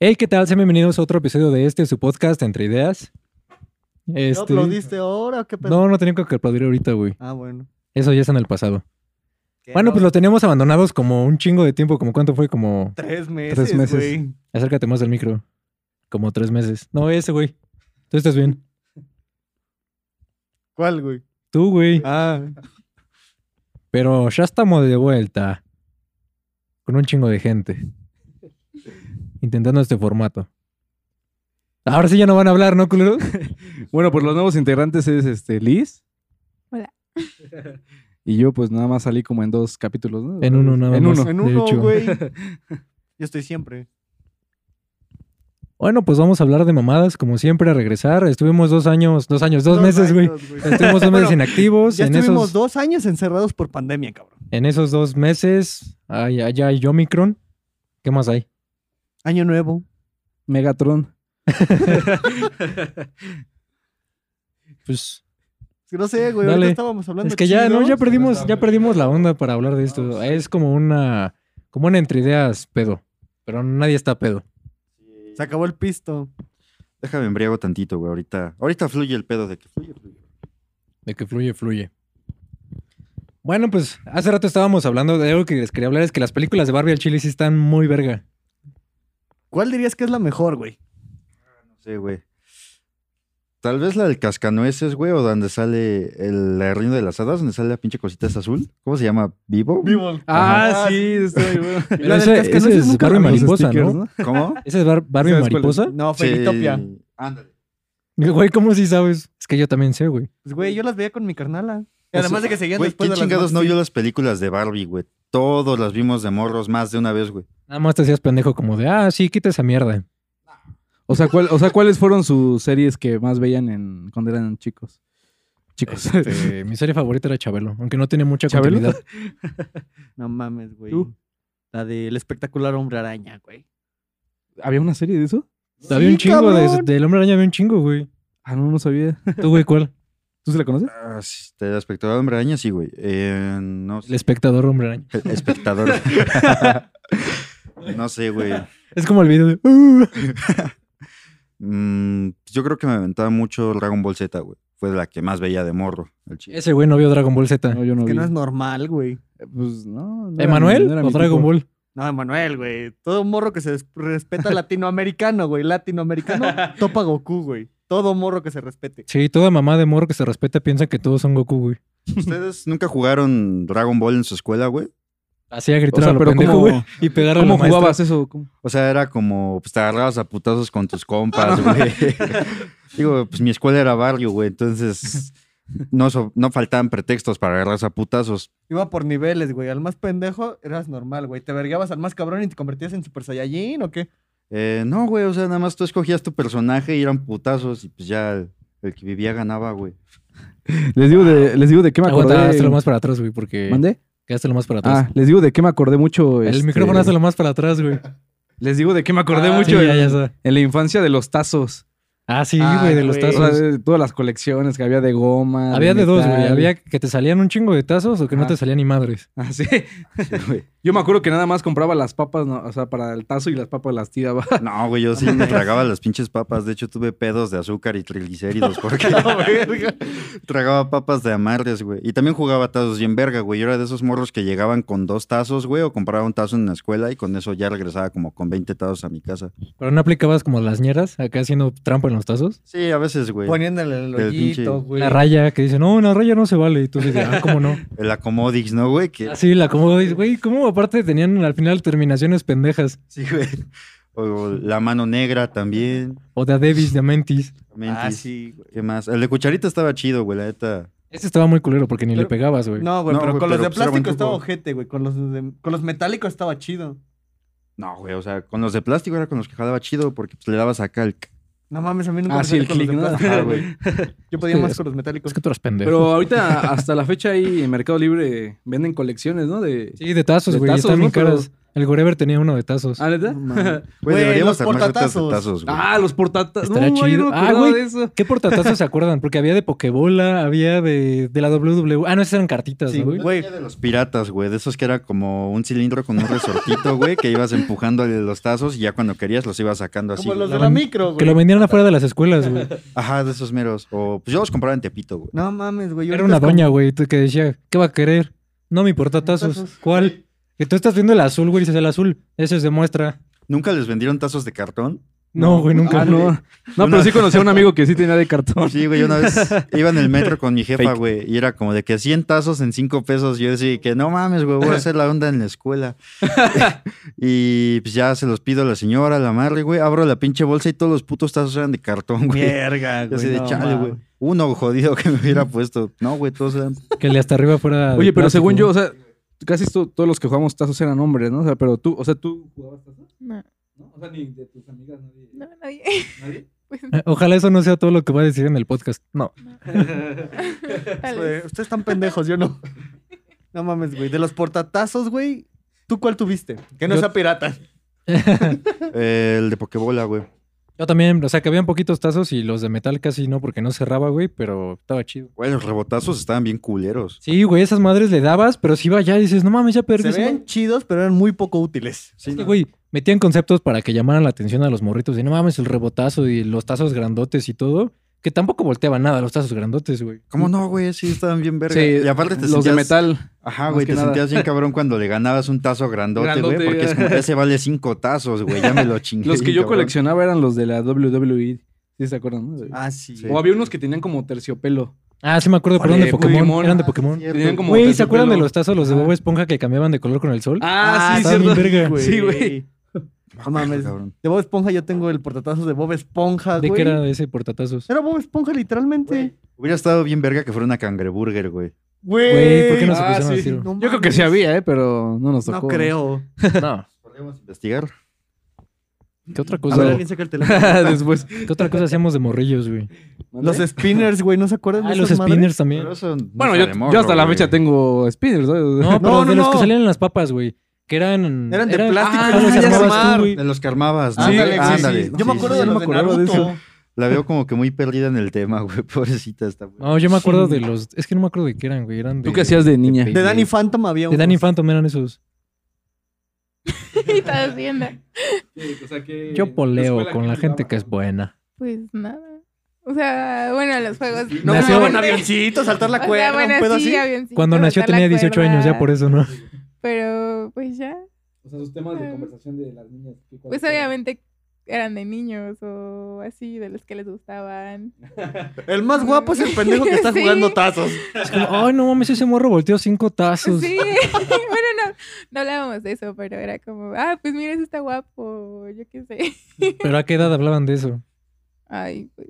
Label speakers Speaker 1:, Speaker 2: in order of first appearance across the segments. Speaker 1: Hey, ¿qué tal? Sean bienvenidos a otro episodio de este, su podcast Entre Ideas.
Speaker 2: ¿No
Speaker 1: Este,
Speaker 2: aplaudiste ahora o qué pedo?
Speaker 1: No, no tenía que aplaudir ahorita, güey.
Speaker 2: Ah, bueno.
Speaker 1: Eso ya está en el pasado. Bueno, pues lo teníamos abandonados como un chingo de tiempo. ¿Como cuánto fue? Como.
Speaker 2: Tres meses,
Speaker 1: Tres meses.
Speaker 2: güey.
Speaker 1: Acércate más del micro. Como tres meses. No, ese, güey. Tú estás bien.
Speaker 2: ¿Cuál, güey?
Speaker 1: Tú, güey.
Speaker 2: Ah,
Speaker 1: Pero ya estamos de vuelta. Con un chingo de gente. Intentando este formato. Ahora sí ya no van a hablar, ¿no, culeros?
Speaker 3: Bueno, pues los nuevos integrantes es este Liz.
Speaker 4: Hola.
Speaker 3: Y yo pues nada más salí como en dos capítulos, ¿no?
Speaker 1: En uno nada
Speaker 3: En
Speaker 1: más.
Speaker 3: uno.
Speaker 2: en
Speaker 1: de
Speaker 2: uno,
Speaker 1: hecho.
Speaker 2: güey. Yo estoy siempre.
Speaker 1: Bueno, pues vamos a hablar de mamadas, como siempre, a regresar. Estuvimos dos años, dos años, dos, meses, güey.
Speaker 2: años,
Speaker 1: Estuvimos dos meses
Speaker 2: Bueno,
Speaker 1: inactivos.
Speaker 2: Ya
Speaker 1: En
Speaker 2: estuvimos
Speaker 1: esos,
Speaker 2: dos años encerrados por pandemia, cabrón.
Speaker 1: en esos dos meses, ay, allá hay Omicron. ¿Qué más hay?
Speaker 2: Año nuevo.
Speaker 3: Megatron.
Speaker 1: Pues
Speaker 2: Es que No sé, güey.
Speaker 1: Dale.
Speaker 2: Ahorita estábamos hablando.
Speaker 1: es que ya,
Speaker 2: chido.
Speaker 1: no, ya perdimos, ya perdimos la onda para hablar de esto. Es como una, como una entre ideas pedo. Pero nadie está pedo.
Speaker 2: Se acabó el pisto.
Speaker 5: Déjame embriago tantito, güey. Ahorita, ahorita fluye el pedo de que fluye, fluye.
Speaker 1: De que fluye, fluye. Bueno, pues hace rato estábamos hablando de algo que les quería hablar, es que las películas de Barbie al Chile sí están muy verga.
Speaker 2: ¿Cuál dirías que es la mejor, güey?
Speaker 5: No sé, güey. Tal vez la del cascanueces, güey, o donde sale el la reino de las hadas, donde sale la pinche cosita esa azul. ¿Cómo se llama? ¿Vivo?
Speaker 3: Ah, sí, estoy bueno.
Speaker 1: Pero ese- ese es Barbie Mariposa, ¿no?
Speaker 5: ¿Cómo?
Speaker 1: ¿Esa es Bar- Barbie
Speaker 3: ¿Sabes cuál es?
Speaker 1: Mariposa?
Speaker 2: No,
Speaker 5: Sí.
Speaker 2: Felitopia.
Speaker 5: Ándale.
Speaker 1: Güey, ¿cómo si sabes? Es que yo también sé, güey.
Speaker 2: Pues, güey, yo las veía con mi carnala. Y
Speaker 5: O
Speaker 2: además
Speaker 5: sea,
Speaker 2: de que seguían
Speaker 5: Güey,
Speaker 2: después
Speaker 5: ¿quién
Speaker 2: de las
Speaker 5: chingados no
Speaker 2: Maxi.
Speaker 5: vio las películas de Barbie, güey? Todos las vimos de morros más de una vez, güey.
Speaker 1: Nada más te hacías pendejo como de, ah, sí, quita esa mierda.
Speaker 3: O sea, ¿cuál- o sea, ¿cuáles fueron sus series que más veían en cuando eran chicos? Chicos.
Speaker 1: Este, mi serie favorita era Chabelo, aunque no tiene mucha
Speaker 3: ¿Chabelo?
Speaker 1: continuidad.
Speaker 2: No mames, güey.
Speaker 3: ¿Tú?
Speaker 2: La del espectacular hombre araña, güey.
Speaker 3: ¿Había una serie de eso?
Speaker 1: había
Speaker 2: Sí,
Speaker 1: un chingo de,
Speaker 2: cabrón.
Speaker 1: del Hombre Araña, había un chingo, güey.
Speaker 3: Ah, no, no sabía.
Speaker 1: ¿Tú, güey, cuál?
Speaker 3: ¿Tú se la conoces?
Speaker 5: Ah, sí, el espectador de hombre araña, sí, güey. Eh, no
Speaker 1: El
Speaker 5: sé.
Speaker 1: espectador Hombre Araña.
Speaker 5: El espectador. no sé, güey.
Speaker 1: Es como el video de...
Speaker 3: "Ah".
Speaker 5: Mm, yo creo que me aventaba mucho Dragon Ball Z, güey. Fue la que más veía de morro, el chile.
Speaker 1: Ese güey no vio Dragon Ball Z.
Speaker 3: No, yo no
Speaker 2: Que
Speaker 3: vi.
Speaker 2: no es normal, güey.
Speaker 3: Eh, Pues no. no era
Speaker 1: ¿Emanuel
Speaker 3: mi- no era
Speaker 1: o
Speaker 3: mi
Speaker 1: Dragon
Speaker 3: tipo.
Speaker 1: Ball?
Speaker 2: No, Emanuel, güey. Todo morro que se des- respeta latinoamericano, güey. Latinoamericano topa Goku, güey. Todo morro que se respete.
Speaker 1: Sí, toda mamá de morro que se respeta piensa que todos son Goku, güey.
Speaker 5: ¿Ustedes nunca jugaron Dragon Ball en su escuela, güey?
Speaker 1: Hacía
Speaker 3: O
Speaker 1: gritar
Speaker 3: sea,
Speaker 1: a lo
Speaker 3: pero
Speaker 1: pendejo,
Speaker 3: ¿cómo,
Speaker 1: güey, y pegarle a la
Speaker 3: ¿cómo
Speaker 1: maestra.
Speaker 3: jugabas eso? ¿Cómo?
Speaker 5: O sea, era como, pues te agarrabas a putazos con tus compas, güey. Digo, pues mi escuela era barrio, güey, entonces no, so- no faltaban pretextos para agarrarse a putazos.
Speaker 2: Iba por niveles, güey. Al más pendejo eras normal, güey. Te vergueabas al más cabrón y te convertías en Super Saiyajin o qué.
Speaker 5: Eh, no, güey, o sea, nada más tú escogías tu personaje y eran putazos y pues ya el, el que vivía ganaba, güey.
Speaker 3: Les digo de, les digo de qué me acordé.
Speaker 1: Aguanta, hazlo más para atrás, güey, porque...
Speaker 3: ¿Mandé?
Speaker 1: Hazlo más para atrás.
Speaker 3: Ah, les digo de qué me acordé mucho.
Speaker 1: el
Speaker 3: este,
Speaker 1: micrófono hazlo más para atrás, güey.
Speaker 3: Les digo de qué me acordé
Speaker 1: Ah,
Speaker 3: mucho
Speaker 1: sí, ya,
Speaker 3: en,
Speaker 1: ya sé.
Speaker 3: en la infancia de los tazos.
Speaker 1: Ah, sí,
Speaker 2: Ah,
Speaker 1: güey, de los
Speaker 2: güey.
Speaker 3: O sea,
Speaker 1: tazos.
Speaker 3: de todas las colecciones que había de goma.
Speaker 1: Había de dos, güey.
Speaker 3: metal.
Speaker 1: Había que te salían un chingo de tazos o que no
Speaker 3: Ajá.
Speaker 1: te salían ni madres.
Speaker 3: Ah, sí.
Speaker 5: Sí, güey.
Speaker 3: Yo me acuerdo que nada más compraba las papas, ¿no? o sea, para el tazo y las papas las tiraba.
Speaker 5: No, güey, yo sí me tragaba las pinches papas. De hecho, tuve pedos de azúcar y triglicéridos porque tragaba papas de amarres, güey. Y también jugaba tazos y en verga, güey. Yo era de esos morros que llegaban con dos tazos, güey, o compraba un tazo en la escuela y con eso ya regresaba como con 20 tazos a mi casa.
Speaker 1: Pero no aplicabas como las ñeras, acá haciendo trampa en los tazos.
Speaker 5: Sí, a veces, güey.
Speaker 2: Poniéndole el
Speaker 5: Del pinche-
Speaker 2: hoyito, güey.
Speaker 1: La raya que dice, no, la raya no se vale. Y tú dices, ah, ¿cómo no?
Speaker 5: El acomodix, ¿no, güey? Que...
Speaker 1: Así la acomodo. dices, Güey, ¿cómo aparte tenían al final terminaciones pendejas?
Speaker 5: Sí, güey. O la mano negra también.
Speaker 1: O de Adebis, de Amentis.
Speaker 5: Mentis.
Speaker 2: Ah, sí, güey.
Speaker 5: ¿Qué más? El de cucharita estaba chido, güey, la neta.
Speaker 1: Ese estaba muy culero porque ni le
Speaker 2: Pero-
Speaker 1: pegabas, güey.
Speaker 2: No, güey,
Speaker 5: No,
Speaker 2: pero
Speaker 5: güey,
Speaker 2: con
Speaker 5: pero
Speaker 2: los de
Speaker 5: pues era buen
Speaker 2: plástico estaba
Speaker 5: truco.
Speaker 2: ojete, güey. Con los, de- con los metálicos estaba chido.
Speaker 5: No, güey, o sea, con los de plástico era con los que jalaba chido porque pues, le dabas acá el...
Speaker 2: No mames, a mí nunca
Speaker 3: Ah,
Speaker 2: me
Speaker 3: sí,
Speaker 2: salió
Speaker 3: el
Speaker 2: con los
Speaker 3: click,
Speaker 2: de
Speaker 3: ¿no?
Speaker 2: plástico,
Speaker 5: Ah,
Speaker 2: güey. Yo podía
Speaker 1: que
Speaker 2: más
Speaker 1: es-
Speaker 2: con los metálicos.
Speaker 1: Es que tú eras pendejo.
Speaker 3: Pero ahorita, hasta la fecha, ahí en Mercado Libre venden colecciones, ¿no? De,
Speaker 1: Sí, de tazos,
Speaker 3: de
Speaker 1: güey. y
Speaker 3: tazos,
Speaker 1: Están
Speaker 3: ¿no?
Speaker 1: bien
Speaker 3: Pero
Speaker 1: caras. El Gorever tenía uno de tazos.
Speaker 3: ¿Ah, neta?
Speaker 2: No mames.
Speaker 5: Güey,
Speaker 2: Güey,
Speaker 5: deberíamos
Speaker 2: los
Speaker 5: armar retas de
Speaker 2: portatazos.
Speaker 5: tazos, güey.
Speaker 3: Ah, los portatas.
Speaker 1: Estaría
Speaker 3: No, yo
Speaker 1: chido.
Speaker 3: no me
Speaker 1: Ah,
Speaker 3: acordaba
Speaker 1: güey.
Speaker 3: de eso.
Speaker 1: ¿Qué portatazos se acuerdan? Porque había de Pokebola, había de, de la WWE. Ah, no, esas eran cartitas,
Speaker 2: Sí,
Speaker 1: ¿no, güey?
Speaker 5: Yo
Speaker 2: Güey.
Speaker 5: tenía de los piratas, güey. De esos que era como un cilindro con un resortito, güey, que ibas empujando los tazos y ya cuando querías los ibas sacando así.
Speaker 2: Como los
Speaker 5: güey.
Speaker 2: de la micro,
Speaker 1: Que lo
Speaker 2: güey.
Speaker 1: vendieran afuera de las escuelas, güey.
Speaker 5: Ajá, de esos meros. O pues yo los compraba en Tepito, güey.
Speaker 2: No mames, güey.
Speaker 1: Era
Speaker 2: ahorita
Speaker 1: una
Speaker 2: es como-
Speaker 1: doña, güey, tú que decía, ¿qué va a querer? No, mi portatazos.
Speaker 2: Portatazos.
Speaker 1: ¿Cuál? Que tú estás viendo el azul, güey, dices el azul. Eso es de muestra.
Speaker 5: ¿Nunca les vendieron tazos de cartón?
Speaker 1: No, güey, nunca.
Speaker 3: Ah, no. No,
Speaker 5: Una-
Speaker 3: pero sí conocí a un amigo que sí tenía de cartón.
Speaker 5: Sí, güey, yo una vez iba en el metro con mi jefa,
Speaker 3: Fake.
Speaker 5: güey, y era como de que 100 tazos en 5 pesos. Yo decía que no mames, güey, voy a hacer la onda en la escuela. y pues ya se los pido a la señora, a la madre, güey. Abro la pinche bolsa y todos los putos tazos eran de cartón, güey.
Speaker 2: Mierda,
Speaker 5: Yo
Speaker 2: güey.
Speaker 5: así de
Speaker 2: no
Speaker 5: chale,
Speaker 2: mames.
Speaker 5: güey. Uno jodido que me hubiera puesto. No, güey, todos eran.
Speaker 1: Que le hasta arriba fuera. Ah, de
Speaker 3: Oye, pero
Speaker 1: plástico.
Speaker 3: según yo, o sea, casi to- todos los que jugamos tazos eran hombres, ¿no? O sea, pero tú, o sea, tú jugabas tazos,
Speaker 4: No,
Speaker 3: ¿no? O sea, ni de tus amigas, nadie.
Speaker 4: no, nadie.
Speaker 3: ¿Nadie?
Speaker 4: Pues,
Speaker 1: Eh, Ojalá eso no sea todo lo que va a decir en el podcast. No.
Speaker 4: tal
Speaker 2: Güey,
Speaker 4: vez.
Speaker 2: Ustedes están pendejos, yo no. No mames, güey. De los portatazos, güey. ¿Tú cuál tuviste? Que no
Speaker 1: Yo-
Speaker 2: sea pirata.
Speaker 5: Eh, el de Pokebola, güey.
Speaker 1: Yo también, o sea, que habían poquitos tazos y los de metal casi no, porque no cerraba, güey, pero estaba chido.
Speaker 5: Güey, los rebotazos estaban bien culeros.
Speaker 1: Sí, güey, esas madres le dabas, pero si iba ya y dices, no mames, ya perdí.
Speaker 2: Se
Speaker 1: esa
Speaker 2: veían
Speaker 1: madre".
Speaker 2: chidos, pero eran muy poco útiles.
Speaker 5: Sí,
Speaker 1: Es que,
Speaker 5: no.
Speaker 1: güey, metían conceptos para que llamaran la atención a los morritos de no mames, el rebotazo y los tazos grandotes y todo, que tampoco volteaban nada los tazos grandotes, güey.
Speaker 5: ¿Cómo no, güey? Sí, estaban bien verga.
Speaker 3: Sí,
Speaker 5: y aparte te
Speaker 3: los de
Speaker 5: sentías-
Speaker 3: metal.
Speaker 5: Ajá,
Speaker 3: más
Speaker 5: güey,
Speaker 3: que
Speaker 5: te
Speaker 3: nada.
Speaker 5: sentías bien cabrón cuando le ganabas un tazo grandote, güey.
Speaker 3: Grandote,
Speaker 5: Porque es como,
Speaker 3: güey.
Speaker 5: ese vale cinco tazos, güey. Ya me lo chingué.
Speaker 3: Los que yo
Speaker 5: cabrón.
Speaker 3: coleccionaba eran los de la WWE. ¿Sí se acuerdan? no?
Speaker 2: Ah, sí.
Speaker 5: Sí.
Speaker 3: O había unos que tenían como terciopelo.
Speaker 1: Ah, sí me acuerdo, pero eran de
Speaker 3: Oye,
Speaker 1: Pokémon.
Speaker 3: Pokémon.
Speaker 1: Eran de
Speaker 5: Ah,
Speaker 1: Pokémon.
Speaker 5: sí, cierto.
Speaker 3: Tenían como
Speaker 1: Güey, ¿se acuerdan de
Speaker 3: terciopelo.
Speaker 1: los tazos los de
Speaker 3: Ajá.
Speaker 1: Bob Esponja que cambiaban de color con el sol?
Speaker 3: Ah, sí,
Speaker 1: estaban bien
Speaker 3: cierto.
Speaker 1: verga.
Speaker 3: Sí, güey.
Speaker 2: No mames.
Speaker 5: Cabrón.
Speaker 2: De Bob Esponja yo tengo el portatazo de Bob Esponja,
Speaker 1: ¿De
Speaker 2: güey.
Speaker 1: qué era ese portatazos?
Speaker 2: Era Bob Esponja, literalmente.
Speaker 5: Hubiera estado bien verga que fuera una cangreburger, güey.
Speaker 1: Güey, ¿por qué no se
Speaker 3: Ah,
Speaker 1: pusieron
Speaker 3: sí.
Speaker 1: a tiro?
Speaker 3: Yo creo que sí había, ¿eh? Pero no nos
Speaker 2: No
Speaker 3: tocó.
Speaker 2: creo.
Speaker 1: No.
Speaker 5: Podríamos investigar.
Speaker 1: ¿Qué otra
Speaker 2: A
Speaker 1: cosa?
Speaker 2: ver,
Speaker 1: güey?
Speaker 2: alguien saca el teléfono.
Speaker 3: Después.
Speaker 1: ¿Qué otra cosa hacíamos de morrillos, güey?
Speaker 2: Los spinners, güey, ¿no se acuerdan
Speaker 1: Ah,
Speaker 2: de
Speaker 1: los
Speaker 2: esas madres?
Speaker 1: spinners también.
Speaker 5: Pero eso no
Speaker 3: Bueno,
Speaker 5: fue
Speaker 3: yo,
Speaker 5: de
Speaker 3: yo
Speaker 5: morro,
Speaker 3: hasta la
Speaker 5: güey.
Speaker 3: fecha tengo spinners, ¿no?
Speaker 1: No, pero
Speaker 2: No,
Speaker 1: de
Speaker 2: no,
Speaker 1: los que
Speaker 2: no.
Speaker 1: salían en las papas, güey. Que eran.
Speaker 2: Eran de
Speaker 1: eran-
Speaker 2: plástico,
Speaker 1: Ah,
Speaker 3: los
Speaker 1: los
Speaker 3: hacías
Speaker 1: armabas
Speaker 2: armar.
Speaker 1: tú, güey.
Speaker 5: De los que armabas, ¿no?
Speaker 2: Ándale,
Speaker 5: Sí,
Speaker 2: sí,
Speaker 5: ándale.
Speaker 2: sí. Yo me
Speaker 3: Sí,
Speaker 2: acuerdo
Speaker 3: sí,
Speaker 2: de
Speaker 3: yo
Speaker 2: los
Speaker 3: me
Speaker 2: de
Speaker 3: acordaba de
Speaker 2: Naruto.
Speaker 5: La veo como que muy perdida en el tema, güey. Pobrecita esta, güey.
Speaker 1: No, yo me acuerdo de los. Es que no me acuerdo de qué eran, güey. Eran
Speaker 3: ¿Tú qué hacías de niña?
Speaker 1: pe-
Speaker 2: De Danny Phantom había
Speaker 1: De
Speaker 2: unos.
Speaker 1: Danny Phantom eran esos.
Speaker 4: Estás viendo.
Speaker 1: Yo poleo con la gente que es buena.
Speaker 4: Pues nada. O sea, bueno, los juegos.
Speaker 2: No
Speaker 1: Nació-
Speaker 2: jugaban avioncitos, saltar la
Speaker 4: O sea,
Speaker 2: cuerda,
Speaker 4: bueno,
Speaker 2: un pedo
Speaker 4: sí,
Speaker 2: así.
Speaker 4: avioncitos,
Speaker 1: Cuando nació
Speaker 4: saltar la
Speaker 1: tenía 18
Speaker 4: cuerda,
Speaker 1: años, ya por eso, ¿no?
Speaker 4: Pero pues ya.
Speaker 3: O sea, sus temas de conversación de las niñas. ¿qué cuál
Speaker 4: Pues
Speaker 3: era?
Speaker 4: obviamente eran de niños o así, de los que les gustaban.
Speaker 2: El más guapo es el pendejo que está
Speaker 4: Sí.
Speaker 2: jugando tazos.
Speaker 1: Es como, ay, no mames, ese morro volteó cinco tazos.
Speaker 4: Sí, bueno, no, no hablábamos de eso, pero era como, ah, pues mira, ese está guapo, yo qué sé.
Speaker 1: Pero a qué edad hablaban de eso.
Speaker 4: Ay, pues,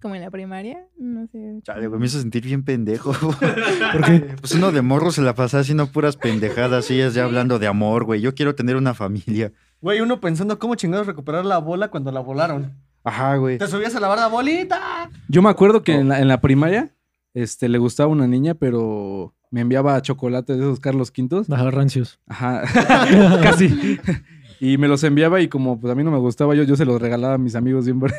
Speaker 4: como en la primaria, no sé.
Speaker 5: Chale, güey, me hizo sentir bien pendejo. ¿Por qué? Pues uno de morro se la pasaba haciendo puras pendejadas, y es ya hablando de amor, güey. Yo quiero tener una familia.
Speaker 2: Güey, uno pensando cómo chingados recuperar la bola cuando la volaron.
Speaker 5: Ajá, güey.
Speaker 2: Te subías a lavar la bolita.
Speaker 3: Yo me acuerdo que en, la, en la primaria este, le gustaba una niña, pero me enviaba chocolates de esos Carlos Quintos.
Speaker 1: Ajá, rancios.
Speaker 3: Ajá, casi. Y me los enviaba y como pues a mí no me gustaba, yo, yo se los regalaba a mis amigos siempre.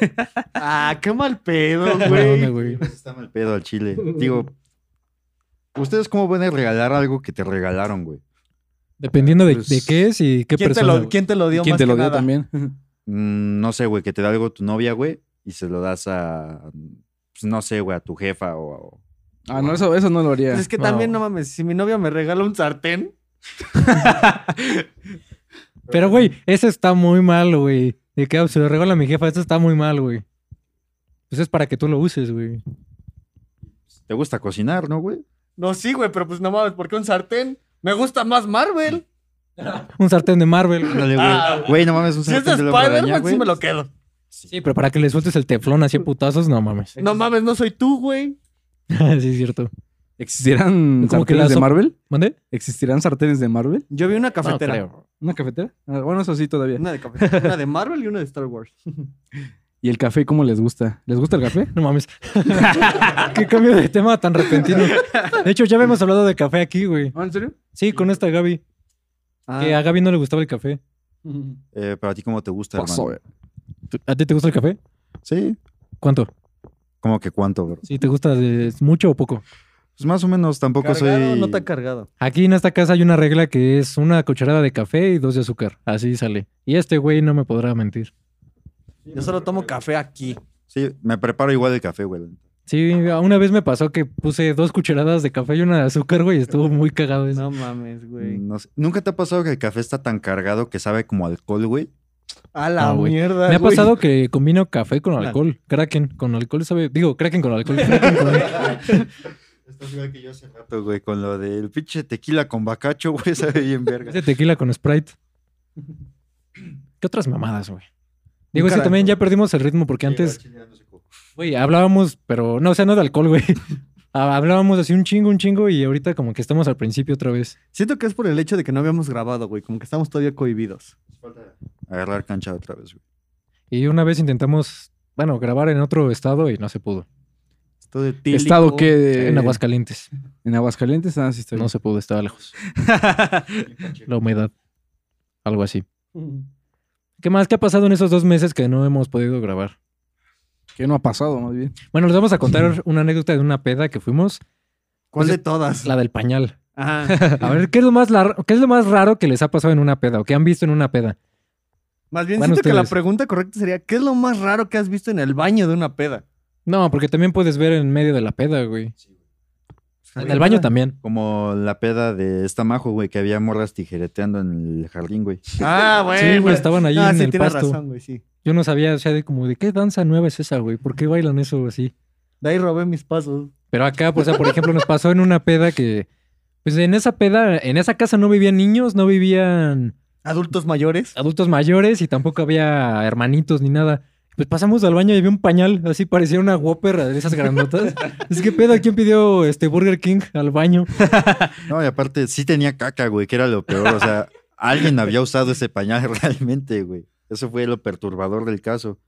Speaker 2: Ah, qué mal pedo,
Speaker 1: Buena onda,
Speaker 2: güey.
Speaker 1: güey.
Speaker 5: Está mal pedo al chile. Digo, ¿ustedes cómo van a regalar algo que te regalaron, güey?
Speaker 1: Dependiendo de,
Speaker 3: Pues,
Speaker 1: de qué es y qué
Speaker 2: ¿Quién te,
Speaker 1: persona.
Speaker 2: lo,
Speaker 1: güey.
Speaker 2: ¿Quién te lo dio
Speaker 3: ¿Quién
Speaker 2: más
Speaker 3: te lo
Speaker 2: que
Speaker 3: dio
Speaker 2: nada?
Speaker 3: también?
Speaker 5: Mm, no sé, güey, que te da algo tu novia, güey, y se lo das a, pues, no sé, güey, a tu jefa o... o-
Speaker 3: Ah, no, eso, eso no lo haría.
Speaker 2: Pues es que
Speaker 1: No.
Speaker 2: también, no mames, si mi novia me regala un sartén,
Speaker 1: Pero, güey, eso está muy mal, güey. De que ah, se lo regalo a mi jefa, eso está muy mal, güey. Pues es para que tú lo uses, güey.
Speaker 5: pues, ¿Te gusta cocinar, no, güey?
Speaker 2: no, sí, güey, pero pues no mames, ¿por qué un sartén? Me gusta más Marvel.
Speaker 1: Un sartén de Marvel. güey.
Speaker 5: Ándale, güey.
Speaker 2: Ah.
Speaker 5: Güey, no mames, un
Speaker 2: Si es de
Speaker 5: sartén de la guadaña,
Speaker 2: Spider-Man,
Speaker 5: güey.
Speaker 2: sí me lo quedo.
Speaker 1: Sí, pero para que le sueltes el teflón así a putazos, no mames.
Speaker 2: No mames, no soy tú, güey.
Speaker 1: sí, es cierto.
Speaker 3: ¿Existirán
Speaker 1: Como que
Speaker 3: sartenes
Speaker 1: las
Speaker 3: de
Speaker 1: sop-
Speaker 3: Marvel?
Speaker 1: ¿Mande?
Speaker 3: ¿Existirán sartenes de Marvel?
Speaker 2: Yo vi una cafetera.
Speaker 1: creo.
Speaker 3: ¿Una cafetera? Ah, bueno, eso sí todavía.
Speaker 2: Una de cafetera, una de Marvel y una de Star Wars.
Speaker 3: ¿Y el café cómo les gusta? ¿Les gusta el café?
Speaker 1: No mames. Qué cambio de tema tan repentino. De hecho, ya habíamos hablado de café aquí, güey.
Speaker 3: ¿En serio?
Speaker 1: Sí, con esta Gaby.
Speaker 2: Ah,
Speaker 1: Que a Gaby no le gustaba el café.
Speaker 5: Eh, pero a ti, ¿cómo te gusta,
Speaker 3: Pasó,
Speaker 5: hermano?
Speaker 3: güey.
Speaker 1: ¿Tú- ¿A ti te gusta el café?
Speaker 5: Sí.
Speaker 1: ¿Cuánto?
Speaker 5: ¿Cómo que cuánto, bro?
Speaker 1: Si te gusta de- mucho o poco.
Speaker 5: Pues más o menos tampoco
Speaker 2: ¿Cargado o
Speaker 5: soy.
Speaker 2: no tan cargado?
Speaker 1: Aquí en esta casa hay una regla que es una cucharada de café y dos de azúcar. Así sale. Y este güey no me podrá mentir.
Speaker 2: Yo solo tomo café aquí.
Speaker 5: Sí, me preparo igual el café, güey.
Speaker 1: Sí, una vez me pasó que puse dos cucharadas de café y una de azúcar, güey. y Estuvo muy cagado eso.
Speaker 2: No mames, güey.
Speaker 5: No sé. ¿Nunca te ha pasado que el café está tan cargado que sabe como alcohol, güey?
Speaker 2: A la
Speaker 1: Ah, güey.
Speaker 2: mierda,
Speaker 1: me ha
Speaker 2: güey.
Speaker 1: pasado que combino café con alcohol. Kraken con alcohol sabe. Digo, Kraken con alcohol. Kraken con
Speaker 5: Estás igual que yo hace rato, güey, con lo del pinche tequila con bacacho, güey, sabe bien verga.
Speaker 1: Ese tequila con Sprite. ¿Qué otras mamadas, güey? Digo, es que
Speaker 2: Carajo.
Speaker 1: también ya perdimos el ritmo porque antes,
Speaker 5: Sí, güey, al chile ya no sé cómo.
Speaker 1: güey, hablábamos, pero no, o sea, no de alcohol, güey. Ha- Hablábamos así un chingo, un chingo y ahorita como que estamos al principio otra vez.
Speaker 2: Siento que es por el hecho de que no habíamos grabado, güey. Como que estamos todavía cohibidos.
Speaker 5: Nos falta Agarrar cancha otra vez, güey.
Speaker 1: Y una vez intentamos, bueno, grabar en otro estado y no se pudo.
Speaker 2: Esto de tílico.
Speaker 3: Estado que. de-
Speaker 1: En Aguascalientes.
Speaker 3: En Aguascalientes, ah, sí está bien.
Speaker 1: No se pudo, estaba lejos. La humedad. Algo así. ¿Qué más? ¿Qué ha pasado en esos dos meses que no hemos podido grabar?
Speaker 3: Que no ha pasado, más bien.
Speaker 1: Bueno, les vamos a contar una anécdota de una peda que fuimos,
Speaker 2: ¿Cuál de todas?
Speaker 1: la del pañal.
Speaker 2: Ajá.
Speaker 1: A ver, ¿qué es lo más, lar- qué es lo más raro que les ha pasado en una peda o que han visto en una peda?
Speaker 2: Más bien
Speaker 1: Bueno,
Speaker 2: siento que la
Speaker 1: ustedes.
Speaker 2: pregunta correcta sería, ¿qué es lo más raro que has visto en el baño de una peda?
Speaker 1: No, porque también puedes ver en medio de la peda, güey. En el baño también.
Speaker 5: Como la peda de esta majo, güey, que había morras tijereteando en el jardín, güey.
Speaker 2: Ah, güey.
Speaker 1: Sí, güey,
Speaker 2: pero-
Speaker 1: estaban ahí
Speaker 2: Ah,
Speaker 1: en
Speaker 2: sí,
Speaker 1: el
Speaker 2: tienes
Speaker 1: pasto.
Speaker 2: razón, güey, sí.
Speaker 1: Yo no sabía, o sea, de como de qué danza nueva es esa, güey. ¿Por qué bailan eso así?
Speaker 2: De ahí robé mis pasos.
Speaker 1: Pero acá, pues, o sea, por ejemplo, nos pasó en una peda que, pues, en esa peda, en esa casa no vivían niños, no vivían
Speaker 2: Adultos mayores.
Speaker 1: adultos mayores y tampoco había hermanitos ni nada. Pues pasamos al baño y había un pañal, así parecía una Whopper de esas grandotas. es que pedo, ¿quién pidió este Burger King al baño?
Speaker 5: No, y aparte sí tenía caca, güey, que era lo peor. O sea, alguien había usado ese pañal realmente, güey. Eso fue lo perturbador del caso.